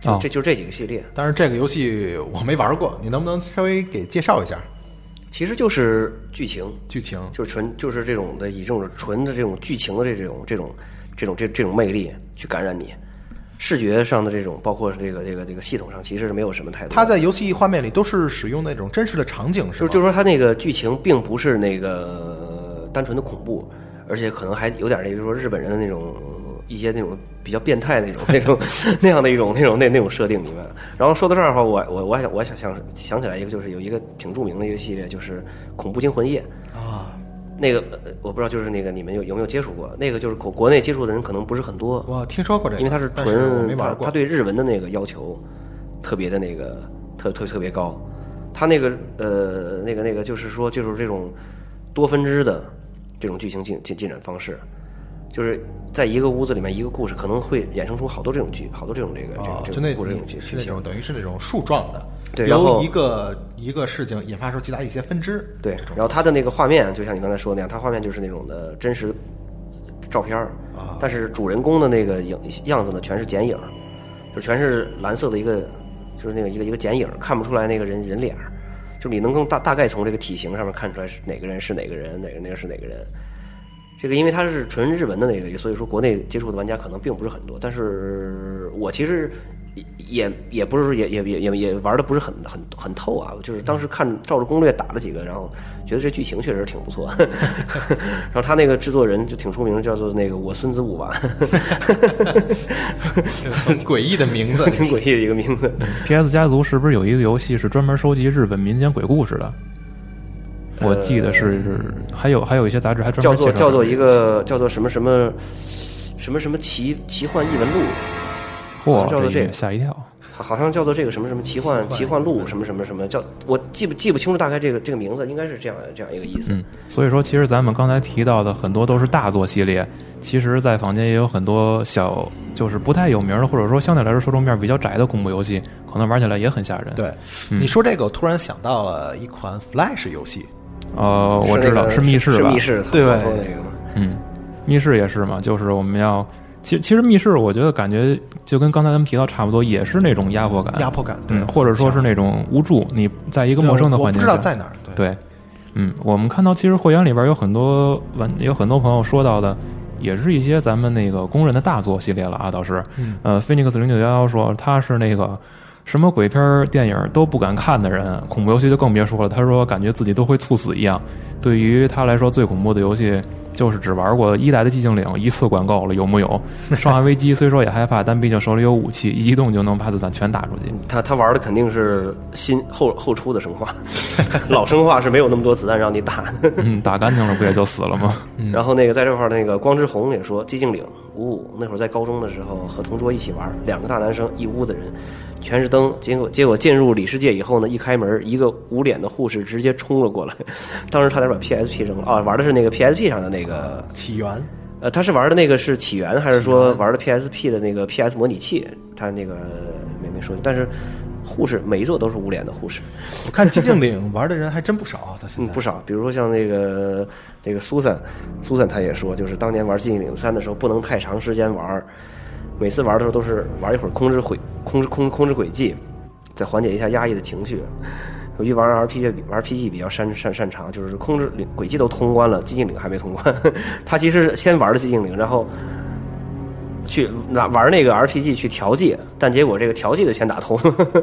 就
啊
哦
这就这几个系列，
但是这个游戏我没玩过，你能不能稍微给介绍一下
其实就是剧情，
剧情？
就是纯就是这种的以这种纯的这种剧情的这种这种这种这这种魅力去感染你，视觉上的这种包括是这个这个这个系统上其实是没有什么太多的。
它在游戏画面里都是使用那种真实的场景，是
就
吗？
就是说它那个剧情并不是那个呃单纯的恐怖，而且可能还有点那个说日本人的那种一些那种比较变态那种那种 [laughs] 那样的一种那种那那种设定里面。然后说到这儿的话，我我我还想我还想想想起来一个，就是有一个挺著名的一个系列，就是《恐怖惊魂夜》。
啊，
那个呃我不知道，就是那个你们有有没有接触过？那个就是国国内接触的人可能不是很多，
我听说过这个，
因为它是
但是我没
纯，它
玩过。
它对日文的那个要求特别的那个特特特别高，它那个呃那个那个就是说就是这种多分支的这种剧情进进进展方式，就是在一个屋子里面一个故事可能会衍生出好多这种剧，好多这种这个这
啊
种，
就
这
那
种故事这种剧
是
剧
那
情
种。等于是那种树状的，
对然
由
后
一个一个事情引发出其他一些分支，
对
这，种
然后它的那个画面，就像你刚才说的那样，它画面就是那种的真实照片儿
啊
但是主人公的那个影样子呢，全是剪影儿，就全是蓝色的一个，就是那个一个一个剪影儿，看不出来那个人人脸儿，就你能更大大概从这个体型上面看出来是哪个人是哪个人，哪个那个是哪个人。这个因为它是纯日文的那个，所以说国内接触的玩家可能并不是很多。但是我其实也也不是说也也也也也玩的不是很很很透啊，就是当时看照着攻略打了几个，然后觉得这剧情确实挺不错。 [laughs] 然后他那个制作人就挺出名，叫做那个我孙子武吧，，
[laughs]
很诡异的名字 [laughs]
挺诡异的一个名字。
P.S. 家族是不是有一个游戏是专门收集日本民间鬼故事的？我记得是，还有还有一些杂志还专
叫
门介绍
做呃叫做
这
一个叫做什么什么什么什么奇奇幻异闻录，
嚯，
叫做
这
这
一
个
吓一跳。
好好像叫做这个什么什么奇幻奇幻录什么什么什么叫我记不记不清楚大概这个这个名字应该是这样这样一个意思。
嗯，所以说其实咱们刚才提到的很多都是大作系列，其实，在坊间也有很多小，就是不太有名的，或者说相对来说受众面比较窄的恐怖游戏，可能玩起来也很吓人。，
对，
嗯
你说这个，我突然想到了一款 Flash 游戏，
呃，我
那
知道
个
是密室
是
吧？
密室，
对
逃脱那个吗？
嗯，密室也是嘛，就是我们要，其其实密室我觉得感觉就跟刚才咱们提到差不多，也是那种压迫感，
压迫感，对，
嗯，或者说是那种无助，你在一个陌生的
我
环
不
境
知
下，
道在哪儿，对，
对，嗯，我们看到其实会员里边有很多玩，有很多朋友说到的，也是一些咱们那个公认的大作系列了啊，倒是，
嗯
呃，菲尼克斯零九幺幺说他是那个。什么鬼片儿电影儿都不敢看的人，恐怖游戏就更别说了。他说感觉自己都会猝死一样。对于他来说，最恐怖的游戏就是只玩过一代的寂静岭，一次管够了，有木有？生化危机虽说也害怕，但毕竟手里有武器，一激动就能把子弹全打出去。
他他玩的肯定是新后后出的生化， [laughs] 老生化是没有那么多子弹让你打的。
嗯，打干净了不也就死了吗？
然后那个在这块儿，那个光之红也说寂静岭五五那会儿在高中的时候和同桌一起玩，两个大男生一屋子人，全是灯。结果结果进入里世界以后呢，一开门一个捂脸的护士直接冲了过来， [laughs] 当时差点把 PSP 扔了啊！玩的是那个 PSP 上的那个
起源
呃，他是玩的那个是起源，还是说玩的 PSP 的那个 PS 模拟器？他那个没没说，但是护士每一座都是无脸的护士，
我看寂静岭玩的人还真不少啊，到现
嗯，
在
不少。比如说像那个那个苏珊，苏珊她也说，就是当年玩《寂静岭三》的时候，不能太长时间玩儿，每次玩的时候都是玩一会儿控制轨控制控控制轨迹，再缓解一下压抑的情绪。由于玩 RPG 比玩 PG 比较擅擅擅长，就是控制领轨迹都通关了，寂静岭还没通关。 [laughs] 他其实是先玩的寂静岭，然后去拿玩那个 RPG 去调剂，但结果这个调剂的先打通。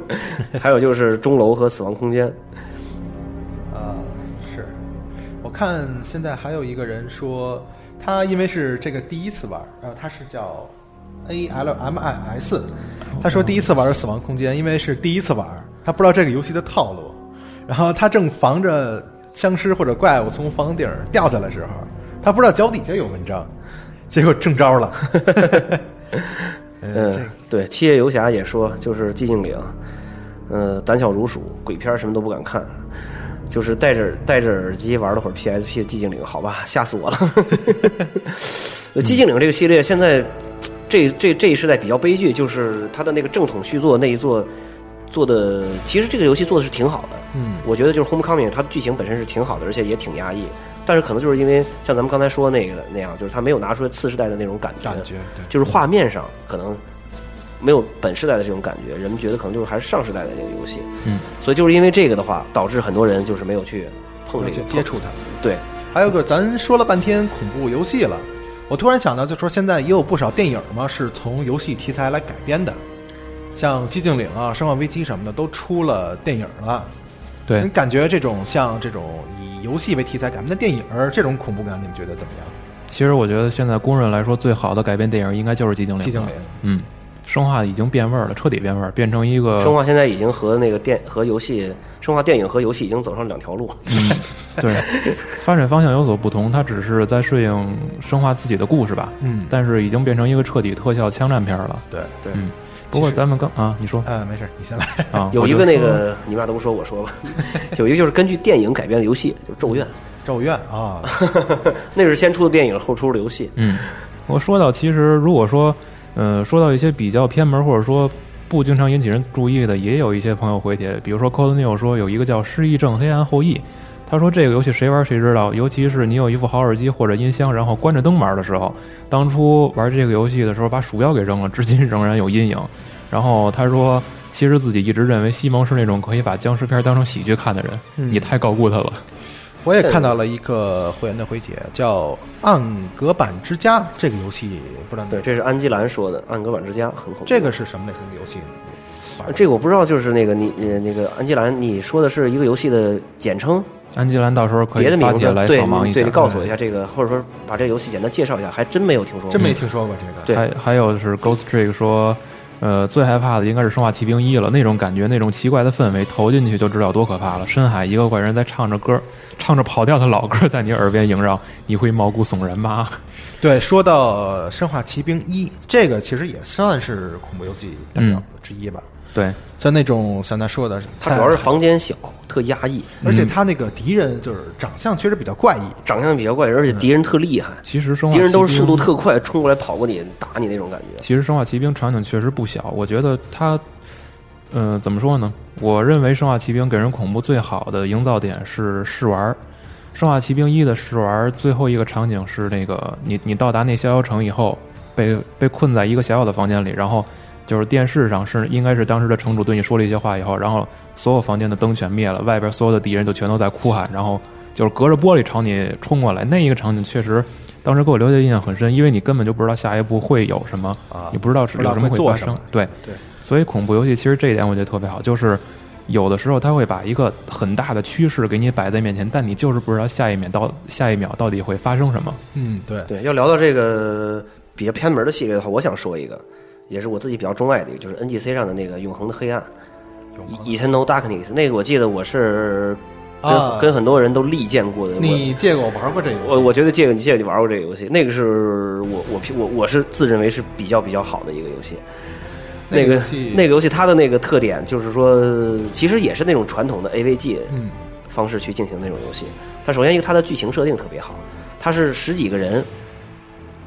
[laughs] 还有就是钟楼和死亡空间，
啊，是。我看现在还有一个人说，他因为是这个第一次玩儿，然后他是叫 A L M I S，他说第一次玩儿《死亡空间》，因为是第一次玩儿，他不知道这个游戏的套路，然后他正防着僵尸或者怪物从房顶儿掉下来的时候，他不知道脚底下有文章，结果中招了。嗯，这
嗯
个，
对，七夜游侠也说，就是寂静岭，呃，胆小如鼠，鬼片儿什么都不敢看，就是戴着戴着耳机玩了会儿 PSP 的寂静岭，好吧，吓死我了。 [laughs] 呃寂静岭这个系列现在这这这一时代比较悲剧，就是它的那个正统续作那一座做的，其实这个游戏做的是挺好的，
嗯
我觉得就是 Homecoming 它的剧情本身是挺好的，而且也挺压抑，但是可能就是因为像咱们刚才说那个那样，就是它没有拿出次世代的那种感觉，
感觉对
就是画面上可能没有本世代的这种感觉，人们觉得可能就是还是上世代的那个游戏。
嗯，
所以就是因为这个的话，导致很多人就是没有去碰
[laughs] 而
这个
且接。触它。
碰对，
还有个，咱说了半天恐怖游戏了，我突然想到，就说现在也有不少电影嘛，是从游戏题材来改编的，像《寂静岭》啊、《生化危机》什么的都出了电影了。
[laughs]
你
对，
感觉这种像这种以游戏为题材改编的电影儿，这种恐怖感，你们觉得怎么样？
其实我觉得现在公认来说最好的改编电影应该就是《寂静岭》。
寂静岭，
嗯，生化已经变味儿了，彻底变味儿，变成一个
生化现在已经和那个电和游戏，生化电影和游戏已经走上两条路。
[laughs] 嗯对，发展方向有所不同，它只是在顺应生化自己的故事吧。
嗯
但是已经变成一个彻底特效枪战片了。
对，
嗯，不过咱们刚啊，你说
呃，没事儿，你先来。
啊，
有
我
一
就
个那
说
个，你们俩都不说，我说吧。 [laughs] 有一个就是根据电影改编的游戏，就是《咒怨
咒怨啊，》，
那是先出的电影，后出的游戏。
嗯，我说到，其实如果说，呃，说到一些比较偏门或者说不经常引起人注意的，也有一些朋友回帖，比如说 Cold New 说有一个叫《失忆症黑暗后裔》，他说这个游戏谁玩谁知道，尤其是你有一副好耳机或者音箱，然后关着灯玩的时候，当初玩这个游戏的时候把鼠标给扔了，至今仍然有阴影。然后他说。其实自己一直认为西蒙是那种可以把僵尸片当成喜剧看的人，你太高估他了。
我也看到了一个会员的回帖，叫《暗格版之家》这个游戏，不知道你
对，这是安基兰说的《暗格版之家》，很恐怖。
这个是什么类型的游戏呢？
这个我不知道，就是那个你呃那个安吉兰，你说的是一个游戏的简称，
安吉兰到时候可
别
以
的
发
名字
帖来
对
扫盲一
你
下，嗯
对，你告诉我一下这个，或者说把这个游戏简单介绍一下，还真没有听说过。
真没听说过这个。
对
嗯还还有是 Ghost Trick 说，呃，最害怕的应该是《生化奇兵一》了，那种感觉，那种奇怪的氛围，投进去就知道多可怕了。深海一个怪人在唱着歌，唱着跑调的老歌在你耳边萦绕，你会毛骨悚然吗？
对，说到呃《生化奇兵一》，这个其实也算是恐怖游戏代表之一吧。
对，
像那种像他说的，
它主要是，房间小，特压抑，
而且他那个敌人就是长相确实比较怪异。
长相比较怪人，而且敌人特厉害，
嗯其实《生化
敌
奇兵
人都是速度特快，冲过来跑过你，打你那种感觉。
其实《生化奇兵》场景确实不小，我觉得它，呃，怎么说呢？我认为《生化奇兵》给人恐怖最好的营造点是试玩儿，《生化奇兵一》的试玩儿最后一个场景是那个你你到达那逍遥城以后，被被困在一个小小的房间里，然后就是电视上是应该是当时的城主对你说了一些话以后，然后所有房间的灯全灭了，外边所有的敌人就全都在哭喊，然后就是隔着玻璃朝你冲过来，那一个场景确实。当时给我留下印象很深，因为你根本就不知道下一步会有什么，
啊
你不知道
不知道
有什么
会
会
做
发
什
生
么。
对
对，
所以恐怖游戏其实这一点我觉得特别好，就是有的时候它会把一个很大的趋势给你摆在面前，但你就是不知道下一秒到下一秒到底会发生什么。
嗯，对，
对，要聊到这个比较偏门的系列的话，我想说一个，也是我自己比较钟爱的一个，就是 NGC 上的那个《永恒的黑暗》（Eternal Darkness）。那个我记得我是跟、
啊
跟很多人都力荐过的。我
你借给我玩过这个游戏？
我我觉得借给你借给你玩过这个游戏，那个是我我我我是自认为是比较比较好的一个游戏。
那
那
个
个
游戏
那个游戏它的那个特点就是说，其实也是那种传统的 AVG
嗯
方式去进行那种游戏。它首先一个它的剧情设定特别好，它是十几个人，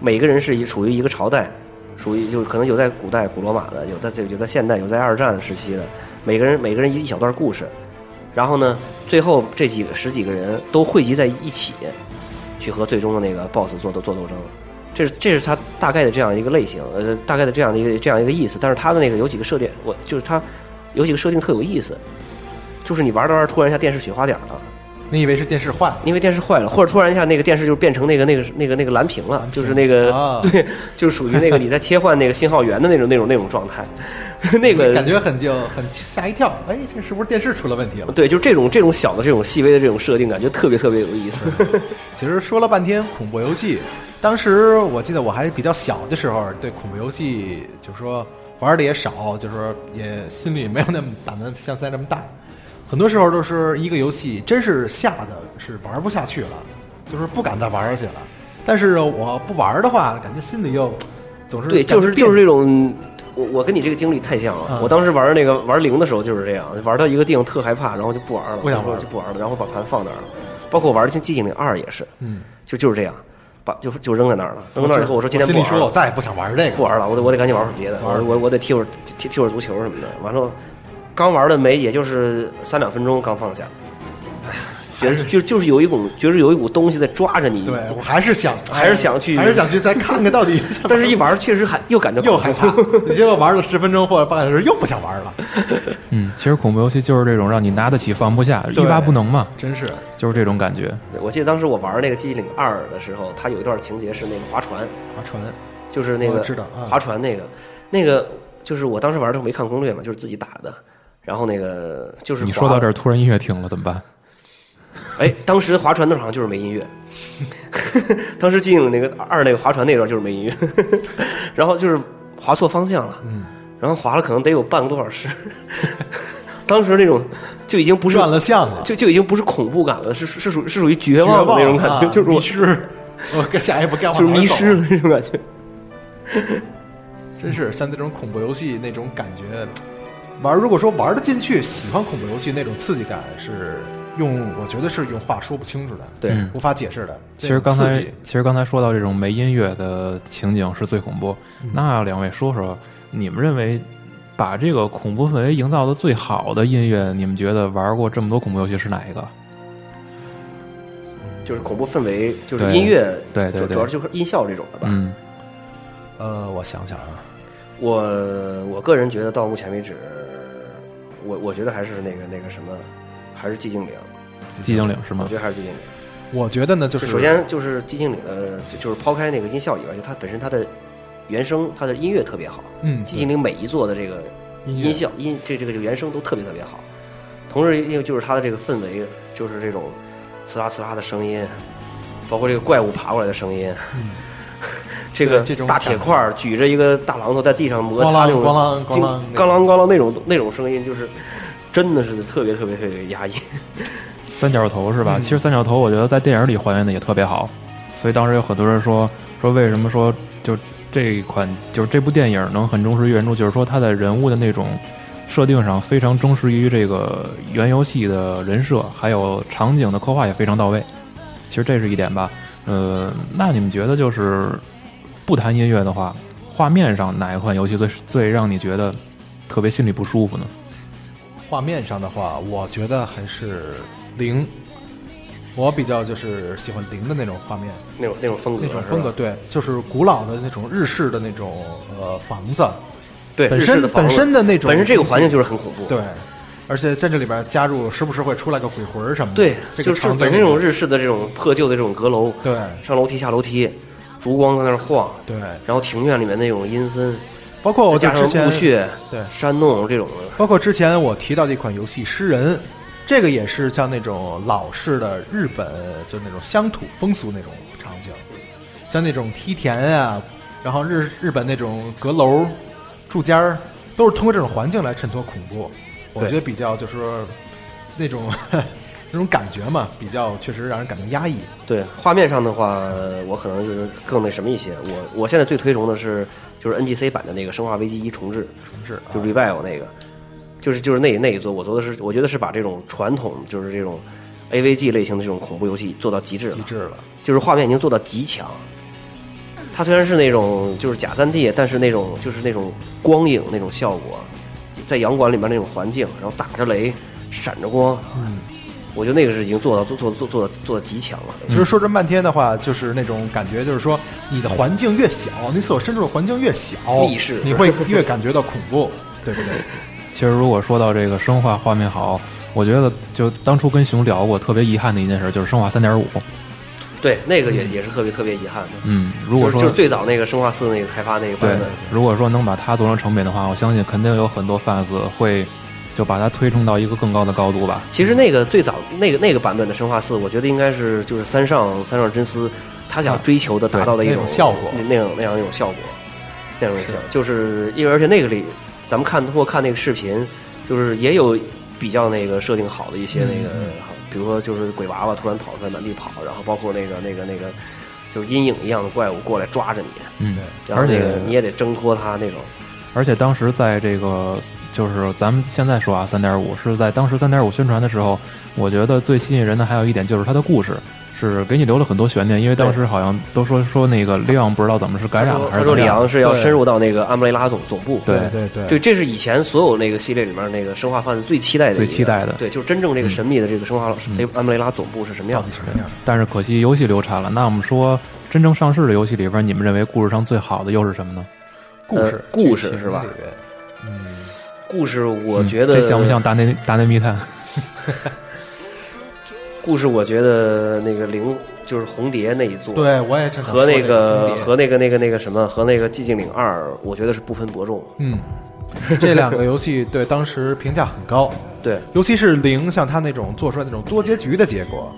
每个人是一属于一个朝代，属于就是可能有在古代古罗马的，有在这有在现代，有在二战时期的，每个人每个人一一小段故事，然后呢，最后这几个十几个人都汇集在一起，去和最终的那个 BOSS 做斗做斗争。这是这是它大概的这样一个类型，呃，大概的这样的一个这样一个意思。但是它的那个有几个设定，我就是它有几个设定特有意思，就是你玩着玩着突然一下电视雪花点儿了，
你以为是电视坏了？
因为电视坏了，或者突然一下那个电视就变成那个那个那个那个蓝屏了，就是那个、
啊
对， [laughs] 就是属于那个你在切换那个信号源的那种那种那种状态， [laughs] 那个
感觉很就很吓一跳，哎，这是不是电视出了问题了？
对，就这种这种小的这种细微的这种设定，感觉特别特别有
[laughs]
意思。
其实说了半天恐怖游戏，当时我记得我还比较小的时候，对恐怖游戏就是说玩的也少，就是说也心里没有那么胆子像现在这么大。很多时候都是一个游戏，真是吓得是玩不下去了，就是不敢再玩下去了。但是我不玩的话，感觉心里又总是
对，
感觉
就是
别
就
扭啊
是这种，我我跟你这个经历太像了。我当时玩那个玩零的时候就是这样，玩到一个地方特害怕，然后就不玩了，
不想玩了
然后就不玩了，然后把盘放那儿了。包括我玩《寂静岭二》也是，
嗯，
就就是这样，把就就扔在那儿了。扔在那儿以后，我说今天
我
不
心里
玩
说我啊
了，
再也不想玩这个，
不玩了，我得我得赶紧玩会儿别的，我我我得踢会儿踢踢会儿足球什么的。完了，刚玩了没也就是三两分钟，刚放下。哎呀，觉得就就是有一股，觉得有一股东西在抓着你，
对我还是想，
还是想去。
还是想去再看看到 [laughs] 底
但是一玩儿确实还又感觉，
又害怕结果玩了十分钟或者半个小时，又不想玩了，
嗯，其实恐怖游戏就是这种让你拿得起放不下，
对
欲罢不能嘛，
真是。啊
就是这种感觉。
对我记得当时我玩那个《寂静岭二》的时候，它有一段情节是那个划船，
划船，
就是那
我
个
知道啊
划船那个，那个就是我当时玩的时候没看攻略嘛，就是自己打的。然后那个就是
你
划
说到这儿，突然音乐停了，怎么办？
哎，当时划船那儿好像就是没音乐， [laughs] 当时寂静岭那个二那个划船那段就是没音乐， [laughs] 然后就是划错方向了，嗯，然后划了可能得有半个多小时， [laughs] 当时那种就已经不是
转了向了，
就就已经不是恐怖感了，是是属是属于绝
绝
望的那种感
啊
觉，就是我
迷失， [laughs] 我跟下一步该往
就是
哪儿
迷
走
失，了那种感觉。
啊真是像这种恐怖游戏那种感觉，玩如果说玩得进去，喜欢恐怖游戏那种刺激感是用，我觉得是用话说不清楚的，
对
嗯
无法解释的。
其实刚
这
才
种刺激，
其实刚才说到这种没音乐的情景是最恐怖。
嗯
那两位说说，你们认为把这个恐怖氛围营造的最好的音乐，你们觉得玩过这么多恐怖游戏是哪一个？
就是恐怖氛围，就是
对
音乐，
对对
主
对
主要就是音效这种的吧。
嗯，
呃，我想想啊，
我我个人觉得到目前为止，我我觉得还是那个那个什么，还是寂静岭，
寂静岭是
我
吗
觉？得还是寂静岭。
嗯
我觉得呢，就是
首先就是寂静岭的，就就是抛开那个音效以外，就它本身它的原声，它的音乐特别好。
嗯
寂静岭每一座的这个
音乐
音效音这这个这个原声都特别特别好，同时又就是它的这个氛围，就是这种刺啦刺啦的声音，包括这个怪物爬过来的声音， [laughs] 这个
嗯对这种
大铁块儿举着一个大榔头在地上摩擦
咣啷
那种
咣啷咣啷
金
那
咣
种
啷咣啷那种那种声音，就是真的是特别特别特别压抑。
三角头是吧？其实三角头我觉得在电影里还原的也特别好，所以当时有很多人说说为什么说就这一款就是这部电影能很忠实于原著，就是说它在人物的那种设定上非常忠实于这个原游戏的人设，还有场景的刻画也非常到位。其实这是一点吧。呃，那你们觉得就是不谈音乐的话，画面上哪一款游戏最最让你觉得特别心里不舒服呢？
画面上的话，我觉得还是零，我比较就是喜欢零的那种画面，
那种那种风格，
那种风格，
是吧，
对，就是古老的那种日式的那种呃房子，
对
本
日
身
式的房
本
子
身的那种
本身这个
东西
环境就是很恐怖，
对，而且在这里边加入时不时会出来个鬼魂儿什么的，
对，
这个
就是
场景
本身这种日式的这种破旧的这种阁楼，
对
上楼梯下楼梯，烛光在那儿晃，
对，
然后庭院里面那种阴森，
包括我
再
就
加上
哦之前
墓穴、
对
山洞这种的，
包括之前我提到的一款游戏《诗人》，这个也是像那种老式的日本，就那种乡土风俗那种场景，像那种梯田啊，然后日日本那种阁楼、住家儿，都是通过这种环境来衬托恐怖。我
对
觉得比较就是说那种 [laughs] 那种感觉嘛，比较确实让人感到压抑。
对画面上的话，我可能就是更那什么一些。我我现在最推崇的是就是 NGC 版的那个《生化危机一重置》，
是啊
就 Revival 那个，就是就是那那一座，我做的是我觉得是把这种传统就是这种 AVG 类型的这种恐怖游戏做到极致了
极，致了，
就是画面已经做到极强。它虽然是那种就是假三 D，但是那种就是那种光影那种效果，在洋馆里面那种环境，然后打着雷，闪着光，嗯，我觉得那个是已经做到做做做做到做到极强了。
其实说这么半天的话，就是那种感觉，就是说你的环境越小，你所身处的环境越小，
密室
你会越感觉到恐怖，对不对？
其实如果说到这个生化画面好，我觉得就当初跟熊聊过，特别遗憾的一件事就是生化三点五。
对，那个也也是特别特别遗憾的。
嗯，如果
就
说
是就是最早那个生化四那个开发那个版
对
本，，
如果说能把它做成成品的话，我相信肯定有很多 fans 会就把它推崇到一个更高的高度吧。
其实那个最早那个那个版本的生化四，我觉得应该是就是三上三上真司他
啊
想追求的达到的一
那种效果
那那种那样一种效果，那种效就是因为而且那个里咱们看通过看那个视频，就是也有比较那个设定好的一
嗯
些那个，好比如说就是鬼娃娃突然跑出来满地跑，然后包括那个那个那个就是阴影一样的怪物过来抓着你，
嗯，
然后那
而
个
且
你也得挣脱它那种。
而且当时在这个就是咱们现在说啊，三点五是在当时三点五宣传的时候，我觉得最吸引人的还有一点就是它的故事。是给你留了很多悬念，因为当时好像都说说那个利昂不知道怎么是感染了还
他
是
说
怎么
里
样，
昂是要
对
深入到那个安布雷拉总总部，
对
对对
对，这是以前所有那个系列里面那个生化贩子最期待的一
最
个，
期待的嗯
对，就是真正这个神秘的这个生化老师，哎安布雷拉总部是什么
到
样
底
啊
的？
什么样？
但是可惜游戏流产了。那我们说真正上市的游戏里边，你们认为故事上最好的又是什么呢？
故事
呃，故事是吧嗯
剧情里面
故事我觉得
嗯这像不像大内大内密探？
故事？我觉得那个灵就是红蝶那一座，，
对我也正想
和
说
那
这
个
重点
和那个那个那个什么和那个寂静岭二，我觉得是不分伯仲。
嗯，这两个游戏对当时评价很高，
对，
尤其是零，像他那种做出来那种多结局的结果，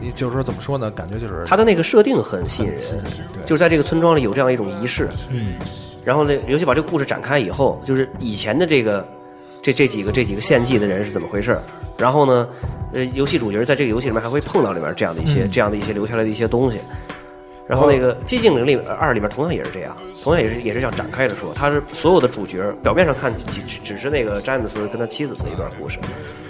你就是说怎么说呢？感觉就是
它的那个设定很吸引人，
对
就是在这个村庄里有这样一种仪式，
嗯，
然后呢，尤其把这个故事展开以后，就是以前的这个这这几个这几个献祭的人是怎么回事儿然后呢，呃，游戏主角在这个游戏里面还会碰到里面这样的一些、这样的一些留下来的一些东西。然
嗯
后那个《寂静岭》里面二里面同样也是这样，同样也是也是这样展开着说，他是所有的主角表面上看只只只是那个詹姆斯跟他妻子的一段故事，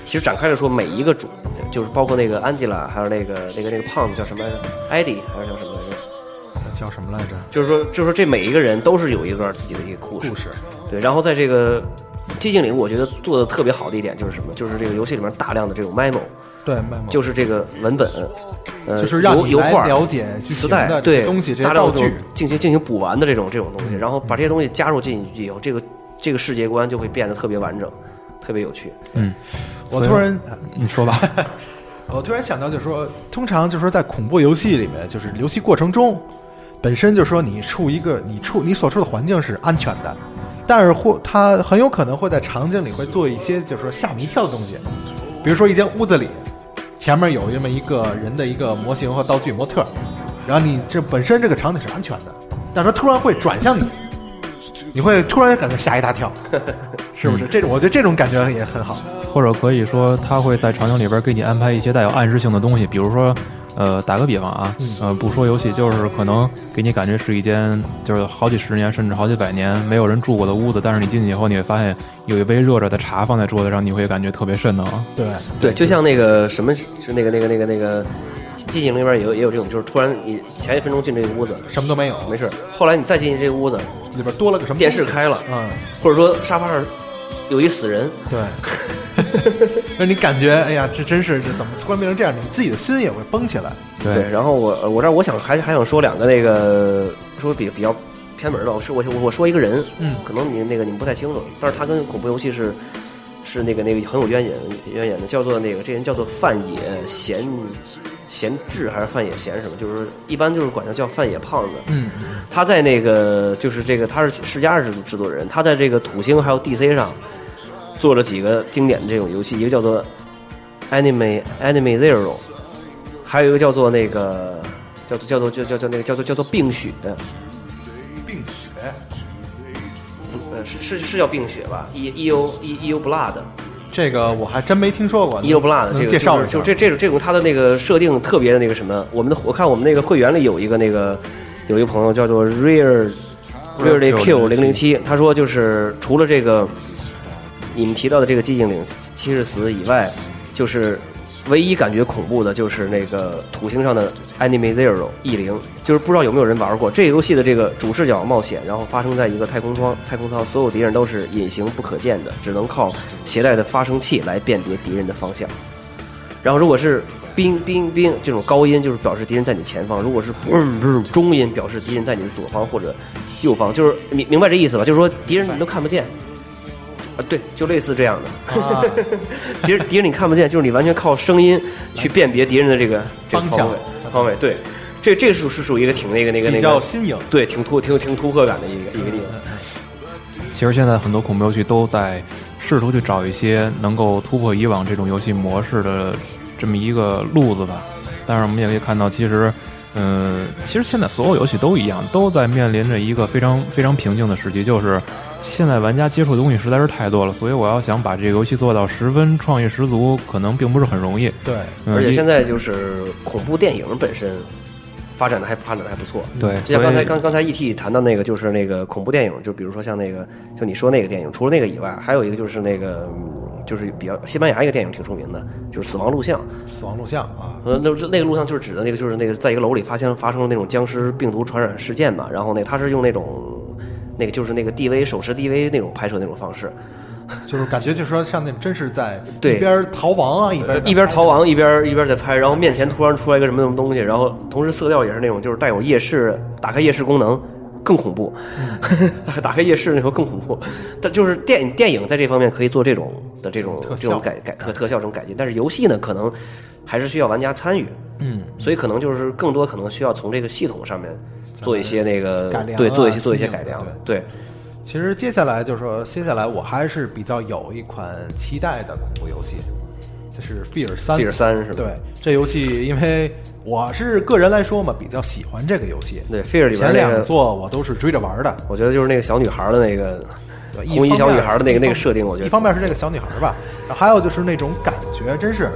其实展开着说每一个主，就是包括那个安吉拉，还有那个那个那个胖子叫什么来着，艾迪还是叫什么来着？
叫什么来着？
就是说，就是说这每一个人都是有一段自己的一个故事。
故事
对，然后在这个寂静岭，我觉得做的特别好的一点就是什么？就是这个游戏里面大量的这种 memo，
对，卖萌
就是这个文本，呃，
就是让
油
你
油
来
画、
了解剧
磁
情
带
的这
对
些东西，这
大
些
量
道
的这种
具，嗯
进行进行补完的这种这种东西，然后把这些东西加入进去以后，这个这个世界观就会变得特别完整，特别有趣。
我
所以
突然
你说吧。
我突然想到，就是说，通常就是说，在恐怖游戏里面，就是游戏过程中，本身就是说你处一个你处你所处的环境是安全的，但是或它很有可能会在场景里会做一些就是说吓你一跳的东西，比如说一间屋子里，前面有这么一个人的一个模型和道具模特儿，然后你这本身这个场景是安全的，但是它突然会转向你，你会突然感觉吓一大跳，是
嗯
不是？这种我觉得这种感觉也很好。
[laughs] 或者可以说，他会在场景里边给你安排一些带有暗示性的东西，比如说，呃，打个比方啊，呃，不说游戏，就是可能给你感觉是一间就是好几十年甚至好几百年没有人住过的屋子，但是你进去以后，你会发现有一杯热热的茶放在桌子上，你会感觉特别瘆得慌。
对，
对，就像那个什么，是那个那个那个那个寂静岭里面也有也有这种，就是突然你前一分钟进这个屋子
什么都没有，
没事儿，后来你再进去这个屋子，
里边多了个什么
电视
东西
开了，
嗯，
或者说沙发上有一死人，
对，让你感觉哎呀，这真是这怎么突然变成这样？你自己的心也会绷起来。
对
然后我我这儿我想还还想说两个那个说比比较偏门的，我说我我我说一个人，
嗯
可能你那个你们不太清楚，但是他跟恐怖游戏是是那个那个很有渊源渊源的，叫做那个这人叫做范野贤贤志还是范野贤什么，就是一般就是管他叫范野胖子，
嗯，
他在那个就是这个他是世嘉制制作人，他在这个土星还有 DC 上做了几个经典的这种游戏，一个叫做 Anime Anime Zero，还有一个叫做那个叫做叫做叫叫叫那个叫做叫做病雪，
病血，
呃是是是叫病雪吧？E E O E E O Blood
这个我还真没听说过。
E O Blood 这
啊能
个
介绍
就
一
是就
下？
这这种这种它的那个设定特别的那个什么，我们的我看我们那个会员里有一个那个有一个朋友叫做 Rare Rare Q 零零七，他说就是除了这个你们提到的这个寂静岭七日死以外，就是唯一感觉恐怖的就是那个土星上的 Anime Zero 异零，就是不知道有没有人玩过这个游戏的这个主视角冒险，然后发生在一个太空舱，太空舱所有敌人都是隐形不可见的，只能靠携带的发生器来辨别敌人的方向。然后如果是冰冰冰这种高音就是表示敌人在你前方，如果是
嗯
嘣嘣中音表示敌人在你的左方或者右方，就是明明白这意思吧？就是说敌人你都看不见。啊，对，就类似这样的，
啊，
[laughs] 敌人敌人你看不见，就是你完全靠声音去辨别敌人的这个这个
方
方
向
位方位。对，这这是是属于一个挺那个那个那
比较
个，
新颖，
对，挺突挺有挺突破感的一个一个地方。
其实现在很多恐怖游戏都在试图去找一些能够突破以往这种游戏模式的这么一个路子吧。但是我们也可以看到，其实，嗯、其实现在所有游戏都一样，都在面临着一个非常非常瓶颈的时期，就是现在玩家接触的东西实在是太多了，所以我要想把这个游戏做到十分创意十足，可能并不是很容易。
对，
嗯、
而且现
在
在就是恐怖电影本身发展的还发展的还不错。
对，
就像刚
所
才
以
刚刚才 E.T. 谈到那个，就是那个恐怖电影，就比如说像那个，就你说那个电影，除了那个以外，还有一个就是那个，嗯就是比较西班牙一个电影挺出名的，就是《死亡录像》。
死亡录像啊，
呃，那那个录像就是指的那个，就是那个在一个楼里发现发生了那种僵尸病毒传染事件嘛，然后那个他是用那种，那个就是那个 DV 手持 DV 那种拍摄那种方式，
就是感觉就是说像那种真是在
对
一边逃亡啊，一边
一边逃亡一边一边在拍，然后面前突然出来一个什么什么东西，然后同时色调也是那种就是带有夜视，打开夜视功能更恐怖，
嗯
[laughs] 打开夜视那时候更恐怖。但就是电电影在这方面可以做这种的这种
特效
这种改改特特效这种改进，但是游戏呢可能还是需要玩家参与，嗯，所以可能就是更多可能需要从这个系统上面做一些那个
改良啊
对做一些做一些
新颖的
改良，对
其实接下来就是说，接下来我还是比较有一款期待的恐怖游戏，就是《Fear 三》。
Fear 3是吧
对，这游戏因为我是个人来说嘛，比较喜欢这个游戏。
对 Fear 里边
前
那个
两座我都是追着玩的。
我觉得就是那个小女孩的那个红
对呃一
衣
方
小女
面
孩的那个那
一
个
方
设定，我觉得
一方面是这个小女孩吧，然后还有就是那种感觉，真是。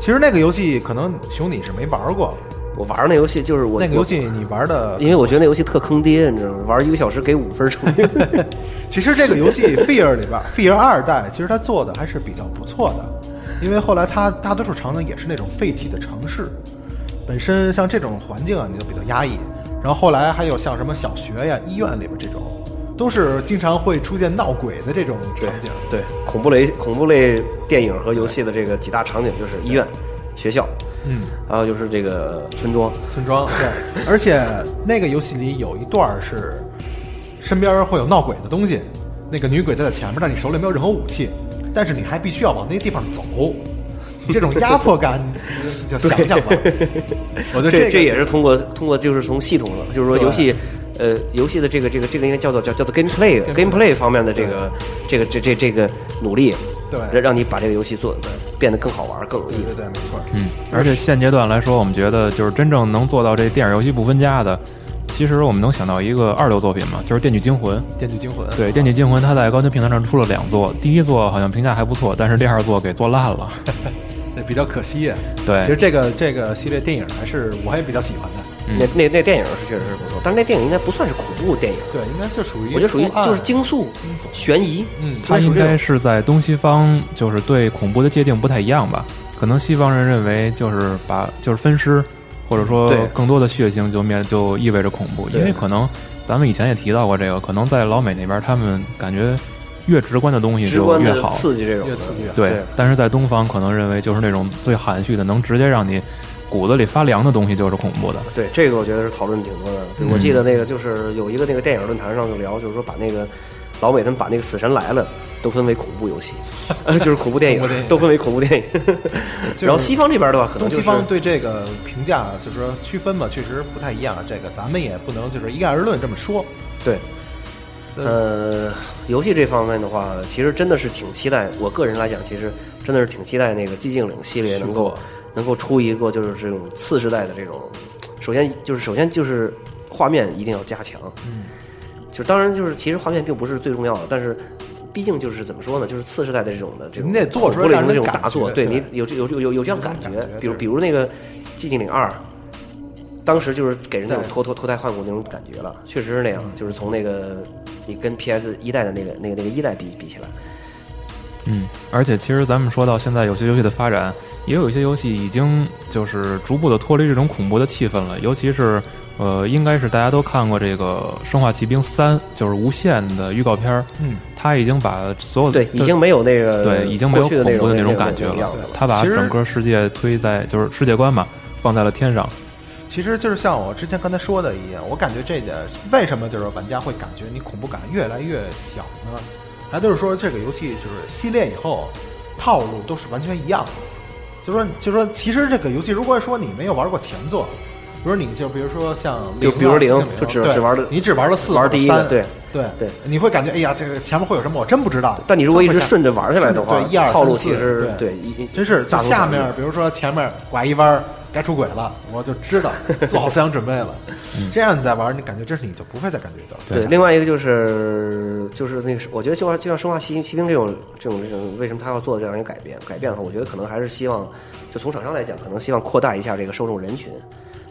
其实那个游戏可能熊你是没玩过，
我玩那游戏就是我
那个
我
游戏你玩的
因为我觉得那游戏特坑爹，你知道吗？玩一个小时给五分成
[laughs]
绩，
其实这个游戏 Fear 里边儿 Fear 二代，其实它做的还是比较不错的，因为后来它大多数场景也是那种废弃的城市，本身像这种环境啊，你就比较压抑。然后后来还有像什么小学呀、医院里边这种，都是经常会出现闹鬼的这种场景。
对， [laughs] 恐怖类恐怖类电影和游戏的这个几大场景就是医院、学校，嗯，还有就是这个村庄，
村庄对，而且那个游戏里有一段儿是身边儿会有闹鬼的东西，那个女鬼在在前面，但你手里没有任何武器，但是你还必须要往那个地方走，你这种压迫
[laughs]
感，你就想想吧。我觉得
这
这
这也
是
是通过通过就是从系统上，就是说
对
游戏。呃，游戏的这个这个这个应该叫做叫叫做 gameplay gameplay 方面的这个这个这这这个努力，
对
让让你把这个游戏做得变得更好玩更有
对
意
对
思。
对，没错。
嗯，而且现阶段来说，我们觉得就是真正能做到这电影游戏不分家的，其实我们能想到一个二流作品嘛，就是《电锯惊魂》。
电锯惊魂，
对，《电锯惊魂》它在高清平台上出了两座，第一座好像评价还不错，但是第二座给做烂
[laughs]
了。
那比较可惜呀。
对
其实这个这个系列电影还是我也比较喜欢的。
那那那电影是确实是不错，但是那电影应该不算是恐怖电影，
对，应该就属于
我觉得属于
破案
就是惊悚、
惊悚
悬疑，
嗯
它应该是在东西方就是对恐怖的界定不太一样吧？可能西方人认为就是把就是分尸，或者说
对
更多的血腥就面就意味着恐怖，因为可能咱们以前也提到过这个，可能在老美那边他们感觉越直观的东西
直
就
观
越
的
好，
刺激这种的，
越刺激越好
对，但是在东方可能认为就是那种最含蓄的，能直接让你骨子里发凉的东西就是恐怖的。
对，这个我觉得是讨论挺多的。
嗯
对我记得那个就是有一个那个电影论坛上就聊，就是说把那个老美他们把那个《死神来了》都分为恐怖
[laughs]
游戏，呃就是恐怖电
恐怖电
影
影
都分为恐怖电影。
就是
[laughs] 然后西方这边的话，可能
东
就是
西方对这个评价，就是说区分嘛，确实不太一样。啊这个咱们也不能就是一概而论这么说。
对
呃，
呃，游戏这方面的话，其实真的是挺期待。我个人来讲，其实真的是挺期待那个寂静岭系列能够能够出一个就是这种次世代的这种。首先就是首先就是画面一定要加强，嗯，就是当然就是其实画面并不是最重要的，但是毕竟就是怎么说呢，就是次世代的这种的这种
你得做出
恐
来
怖类型
让
的这
人
种
感
大作，
觉
对
对
你有这有有有有这样感觉
有这种感觉，
比如
对
比如那个寂静岭二。当时就是给人那种
对嗯
脱脱脱胎换骨那种感觉了，确实是那样。就是从那个你跟 PS 一代的那个那个那个一代比比起来，
嗯，而且其实咱们说到现在，有些游戏的发展，也有一些游戏已经就是逐步的脱离这种恐怖的气氛了，尤其是呃，应该是大家都看过这个《生化奇兵三》，就是无限的预告片儿，
嗯，
他已经把所有的
对，已经没有那个
哦对已经没有
过去的
恐怖的
那
那种
那
感觉
那样
了
子了，
他把
其实
整个世界推在就是世界观嘛，放在了天上，
其实就是像我之前刚才说的一样，我感觉这点为什么就是玩家会感觉你恐怖感越来越小呢？还就是说这个游戏就是系列以后套路都是完全一样的，就说就说其实这个游戏如果说你没有玩过前作，比如你就比如说像
就
零啊
比如零
寂静
就只
对
只玩了
你只玩了四
玩
或者
第一个
三
对
对
对，
你会感觉哎呀这个前面会有什么我真不知道。
但你如果一直
真不
顺着玩下来的话，
顺着对一二
套路
三四
其实
对
一
真是就
大同小
下
异
面，比如说前面拐一弯儿该出轨了，我就知道做好思想准备
[laughs]
了。这样你再玩，你感觉这是你就不会再感觉到。
对，另外一个就是就是那个是，我觉得就像就像《生化奇奇兵》这种这种这种，为什么他要做这样一个改变？改变的话，我觉得可能还是希望，就从厂商来讲，可能希望扩大一下这个受众人群。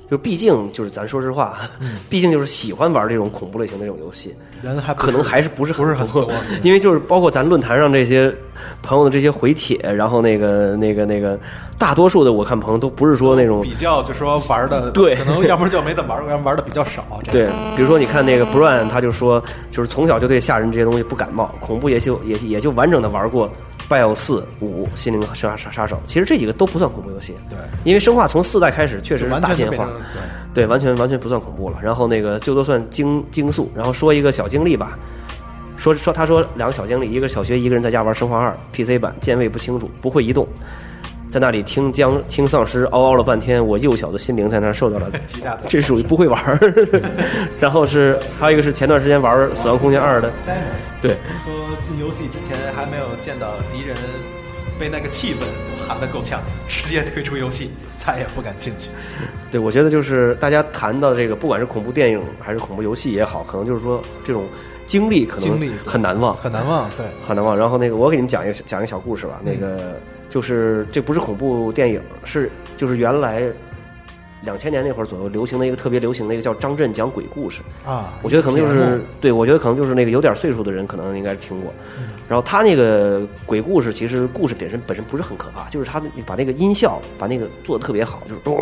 就毕竟就是咱说实话，
嗯
毕竟就是喜欢玩这种恐怖类型的这种游戏，
人还不
可能还是不是
不是很
多
多，
因为就是包括咱论坛上这些朋友的这些回帖，然后那个那个那个，大多数的我看朋友都不是说那种
比较就说玩的
[laughs] 对
可能要么就没怎么玩过，要么玩的比较少。这
对
样，
比如说你看那个 Brian，他就说，就是从小就对吓人这些东西不感冒，恐怖也就也也就完整的玩过《BIO 四五》《心灵杀杀杀手》，其实这几个都不算恐怖游戏，
对，
因为生化从四代开始确实
就是完
大
全
进
就变
化
成，对
对，完全完全不算恐怖了。然后那个最多算惊惊悚，然后说一个小经历吧。说说他说两个小经历，一个小学一个人在家玩《生化二》PC 版，键位不清楚，不会移动，在那里听僵听丧尸嗷嗷了半天，我幼小的心灵在那儿受到了
极大的
这属于不会玩儿。 [laughs] 然后是还有一个是前段时间玩《死亡空间二》的，对，
说进游戏之前还没有见到敌人被那个气氛就喊得够呛，直接退出游戏，再也不敢进去。
对，我觉得就是大家谈到这个，不管是恐怖电影还是恐怖游戏也好，可能就是说这种经历可能
经历
很难忘。
很难忘，对，
很难忘。然后那个，我给你们讲一个讲一个小故事吧。那个就是这不是恐怖电影，是就是原来两千年那会儿左右流行的一个特别流行的一个叫张震讲鬼故事。
啊，
我觉得可能就
节
是
目
对，我觉得可能就是那个有点岁数的人可能应该听过。然后他那个鬼故事，其实故事本身本身不是很可怕，就是他把那个音效把那个做的特别好，就是咚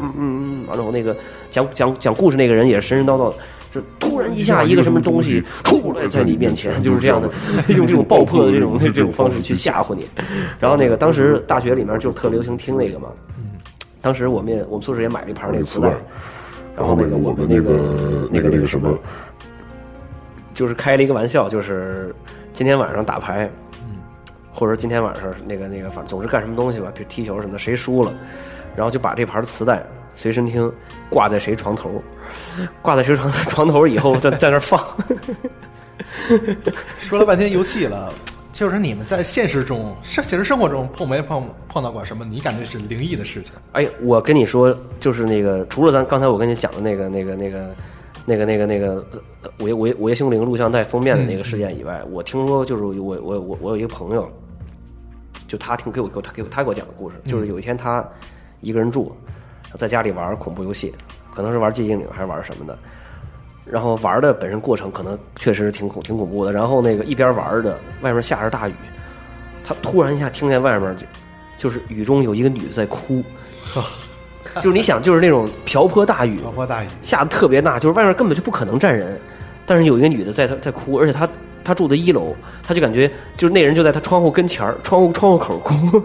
嗯嗯，嗯然后那个讲讲讲故事那个人也是神神叨叨的。就突然一下，一个什么 [laughs] 东西出来在你面前，就是这样的，用这种爆破的这种这种方式去吓唬你。然后那个当时大学里面就特流行听那个嘛，当时我们嗯也我们宿舍也买了一盘那个磁带，然
然
后
后
那
那
个
个
我
我们
们那
那
个
个那个那个什么，
就是开了一个玩笑，就是今天晚上打牌，或者说今天晚上那个那个，反正总是干什么东西吧，比如踢球什么的，谁输了，然后就把这盘磁带随身听挂在谁床头， [laughs] 挂在谁床床头以后在在那儿放， [laughs]
说了半天游戏了，就是你们在现实中、是现实生活中碰没碰碰到过什么你感觉是灵异的事情？
哎，我跟你说，就是那个，除了咱刚才我跟你讲的那个、那个、那个、那个、那个、那个呃午夜午夜午夜凶铃录像带封面的那个事件以外，我听说就是我我我我有一个朋友，就他听给我给我他给我他给我讲的故事，就是有一天他一个人住，在家里玩恐怖游戏，可能是玩寂静岭还是玩什么的，然后玩的本身过程可能确实挺恐挺恐怖的，然后那个一边玩着，外面下着大雨，他突然一下听见外面就就是雨中有一个女的在哭，就是你想就是那种瓢泼大雨，
瓢泼大雨，
下的特别大，就是外面根本就不可能站人，但是有一个女的在她在哭，而且她她住的一楼，她就感觉就是那人就在她窗户跟前儿，窗户窗户口哭。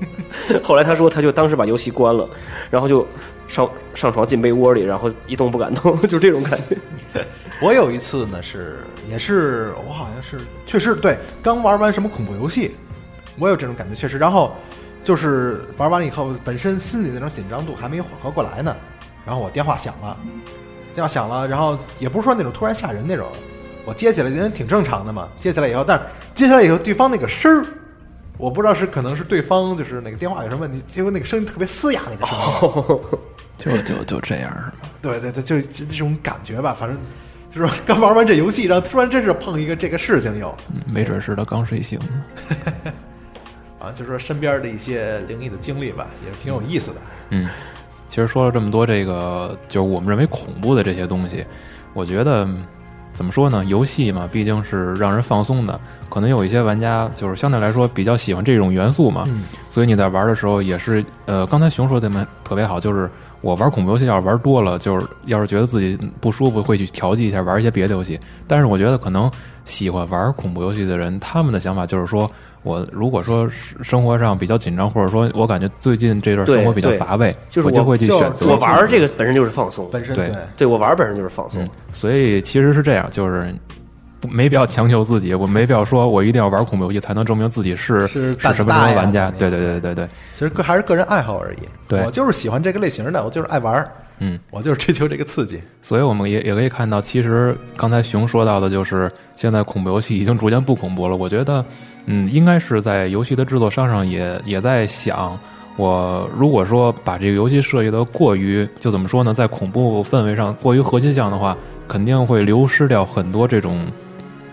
[laughs] 后来她说，她就当时把游戏关了，然后就上上床进被窝里，然后一动不敢动， [laughs] 就是这种感觉。
我有一次呢是也是我好像是确实对刚玩完什么恐怖游戏，我有这种感觉确实，然后就是玩完了以后，本身心里那种紧张度还没有缓和过来呢，然后我电话响了，电话响了，然后也不是说那种突然吓人那种，我接起来人挺正常的嘛，接起来以后，但是接起来以后对方那个声儿。我不知道是可能是对方就是那个电话有什么问题，结果那个声音特别嘶哑，那个声音，
就就就这样是吗？
对对对，就就这种感觉吧，反正就是说刚玩完这游戏，然后突然真是碰一个这个事情又
嗯没准是他刚睡醒呢。
啊，就是说身边的一些灵异的经历吧，也是挺有意思的。
嗯，其实说了这么多，这个就是我们认为恐怖的这些东西，我觉得嗯怎么说呢？游戏嘛，毕竟是让人放松的，可能有一些玩家就是相对来说比较
嗯
喜欢这种元素嘛，所以你在玩的时候也是，呃，刚才熊说的嘛特别好，就是我玩恐怖游戏要是玩多了，就是要是觉得自己不舒服，会去调剂一下，玩一些别的游戏。但是我觉得可能喜欢玩恐怖游戏的人，他们的想法就是说，我如果说生生活上比较紧张，或者说我感觉最近这段
对
生活比较
对
乏味，
就是
我就
我
会去
就
选择
我玩儿这个本身就是放松，
本身
对
对我玩儿本身就是放松
嗯。，所以其实是这样，就是不没必要强求自己，我没必要说我一定要玩恐怖游戏才能证明自己是
是
什么什么
胆大呀
玩家。
怎么
对
样
对对对对，
其实个还是个人爱好而已。
对
我就是喜欢这个类型的，我就是爱玩儿，
嗯，
我就是追求这个刺激。
所以我们也也可以看到，其实刚才熊说到的就是现在恐怖游戏已经逐渐不恐怖了。我觉得，嗯，应该是在游戏的制作商上也也在想。我如果说把这个游戏设计的过于，就怎么说呢，在恐怖氛围上过于核心向的话，肯定会流失掉很多这种，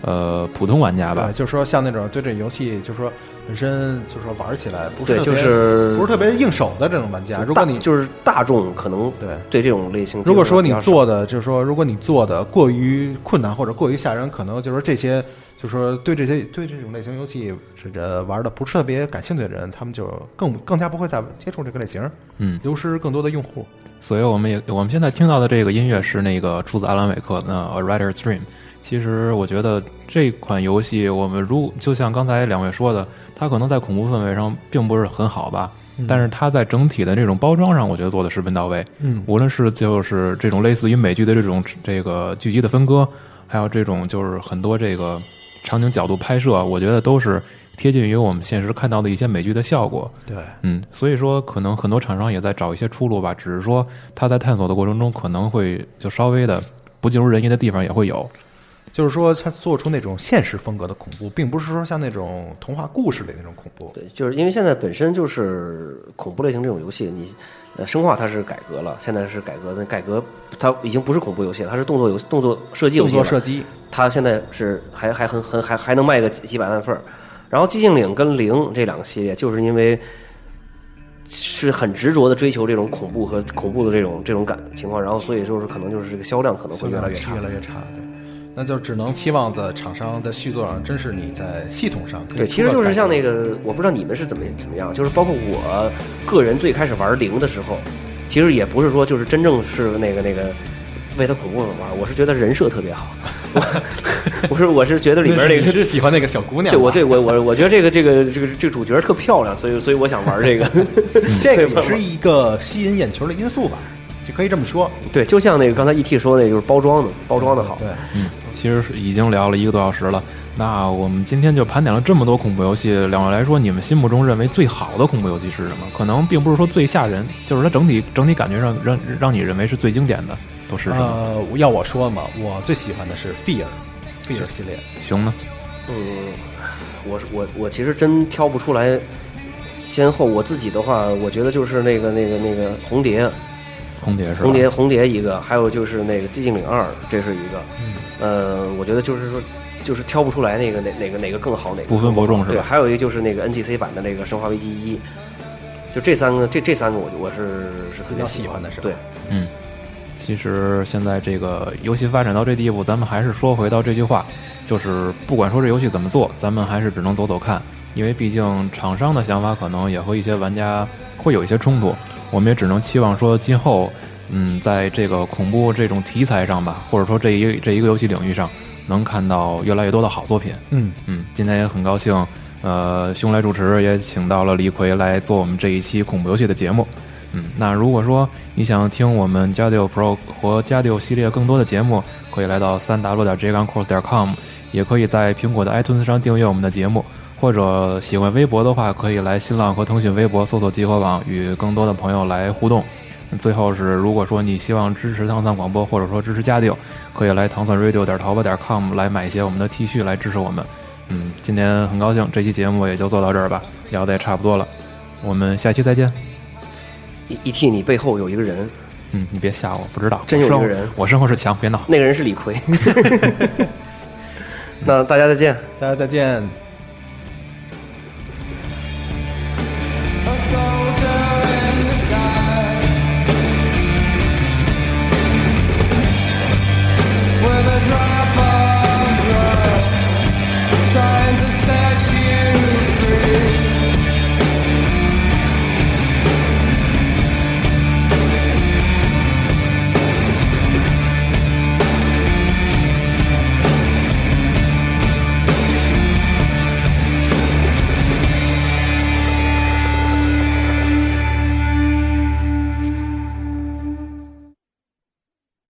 呃，普通玩家吧
对，。就是说像那种对这游戏，就是说本身就是说玩起来不是
对，
特
就
别
是
不是特别应手的这种玩家。啊如果你
大就是大众可能
对，
对这种类型，
如果说你做的就是说，如果你做的过于困难或者过于吓人，可能就是说这些，就是说对这些对这种类型游戏是这玩的不是特别感兴趣的人，他们就更更加不会再接触这个类型，
嗯，
流失更多的用户。
所以我们也我们现在听到的这个音乐是那个出自阿兰韦克的《呃 A Writer's Dream》。其实我觉得这款游戏，我们如就像刚才两位说的，它可能在恐怖氛围上并不是很好吧，但是它在整体的这种包装上，我觉得做的十分到位。
嗯
无论是就是这种类似于美剧的这种这个剧集的分割，还有这种就是很多这个场景角度拍摄，我觉得都是贴近于我们现实看到的一些美剧的效果。
对，
嗯，所以说可能很多厂商也在找一些出路吧，只是说他在探索的过程中可能会就稍微的不尽如人意的地方也会有。
就是说他做出那种现实风格的恐怖，并不是说像那种童话故事里那种恐怖。
对，就是因为现在本身就是恐怖类型这种游戏，你呃生化它是改革了，现在是改革，但改革它已经不是恐怖游戏了，它是动作游戏、动作射击游
动
戏
作
了
射击，
它现在是还还很很还还能卖个几几百万份儿。然后寂静岭跟零这两个系列，就是因为是很执着的追求这种恐怖和恐怖的这种这种感情况，然后所以就是可能就是这个销量可能会越来越差
越。来越差。对，那就只能期望在厂商在续作上，真是你在系统上可以
对，
出
其实就是像那
改
个，我不知道你们是怎么怎么样，就是包括我个人最开始玩零的时候，其实也不是说就是真正是那个那个为了恐怖而玩，我是觉得人设特别好，我我是我是觉得里边那
你
个
[laughs] 是喜欢那个小姑娘
对
吧，
我对我我我觉得这个这个这个这个主角特漂亮，所以所以我想玩这个。
[laughs] 这个也是一个吸引眼球的因素吧，就可以这么说。
对，就像那个刚才 ET 说的，就是包装的包装的好。
对，
嗯，其实是已经聊了一个多小时了。那我们今天就盘点了这么多恐怖游戏，两位来说，你们心目中认为最好的恐怖游戏是什么？可能并不是说最吓人，就是它整体整体感觉上让让你认为是最经典的都是什么？
呃，要我说嘛，我最喜欢的是 Fear。Fear 系列，
熊呢？
嗯，我是我我其实真挑不出来先后。我自己的话，我觉得就是那个那个那个红蝶，
红蝶是吧？
红蝶红蝶一个，还有就是那个寂静岭二，这是一个。
嗯
呃，我觉得就是说。就是挑不出来那个哪哪个哪个更好，哪个
不分伯仲是
对，
吧？
还有一个就是那个 NGC 版的那个《生化危机一》，就这三个，这这三个我就我是是特
比
别
较喜欢的是吧
对，
嗯，其实现在这个游戏发展到这地步，咱们还是说回到这句话，就是不管说这游戏怎么做，咱们还是只能走走看，因为毕竟厂商的想法可能也和一些玩家会有一些冲突，我们也只能期望说今后，嗯，在这个恐怖这种题材上吧，或者说这一个这一个游戏领域上，能看到越来越多的好作品。
嗯，
嗯，今天也很高兴，呃，熊来主持，也请到了李逵来做我们这一期恐怖游戏的节目。嗯，那如果说你想听我们加 a Pro 和加 a 系列更多的节目，可以来到三 w 点 j g a n c o u r s e 点 com，也可以在苹果的 iTunes 上订阅我们的节目，或者喜欢微博的话，可以来新浪和腾讯微博搜索“集合网”，与更多的朋友来互动。最后是，如果说你希望支持糖蒜广播，或者说支持家定，可以来糖蒜 radio 点淘宝点 com 来买一些我们的 T 恤来支持我们。嗯，今天很高兴，这期节目也就做到这儿吧，聊的也差不多了，我们下期再见。
E E T 你背后有一个人，
嗯，你别吓我，不知道，
真有
我身后
一个人
我身后是墙，别闹。[laughs]
[laughs] 那个人是李逵。那大家再见。
大家再见。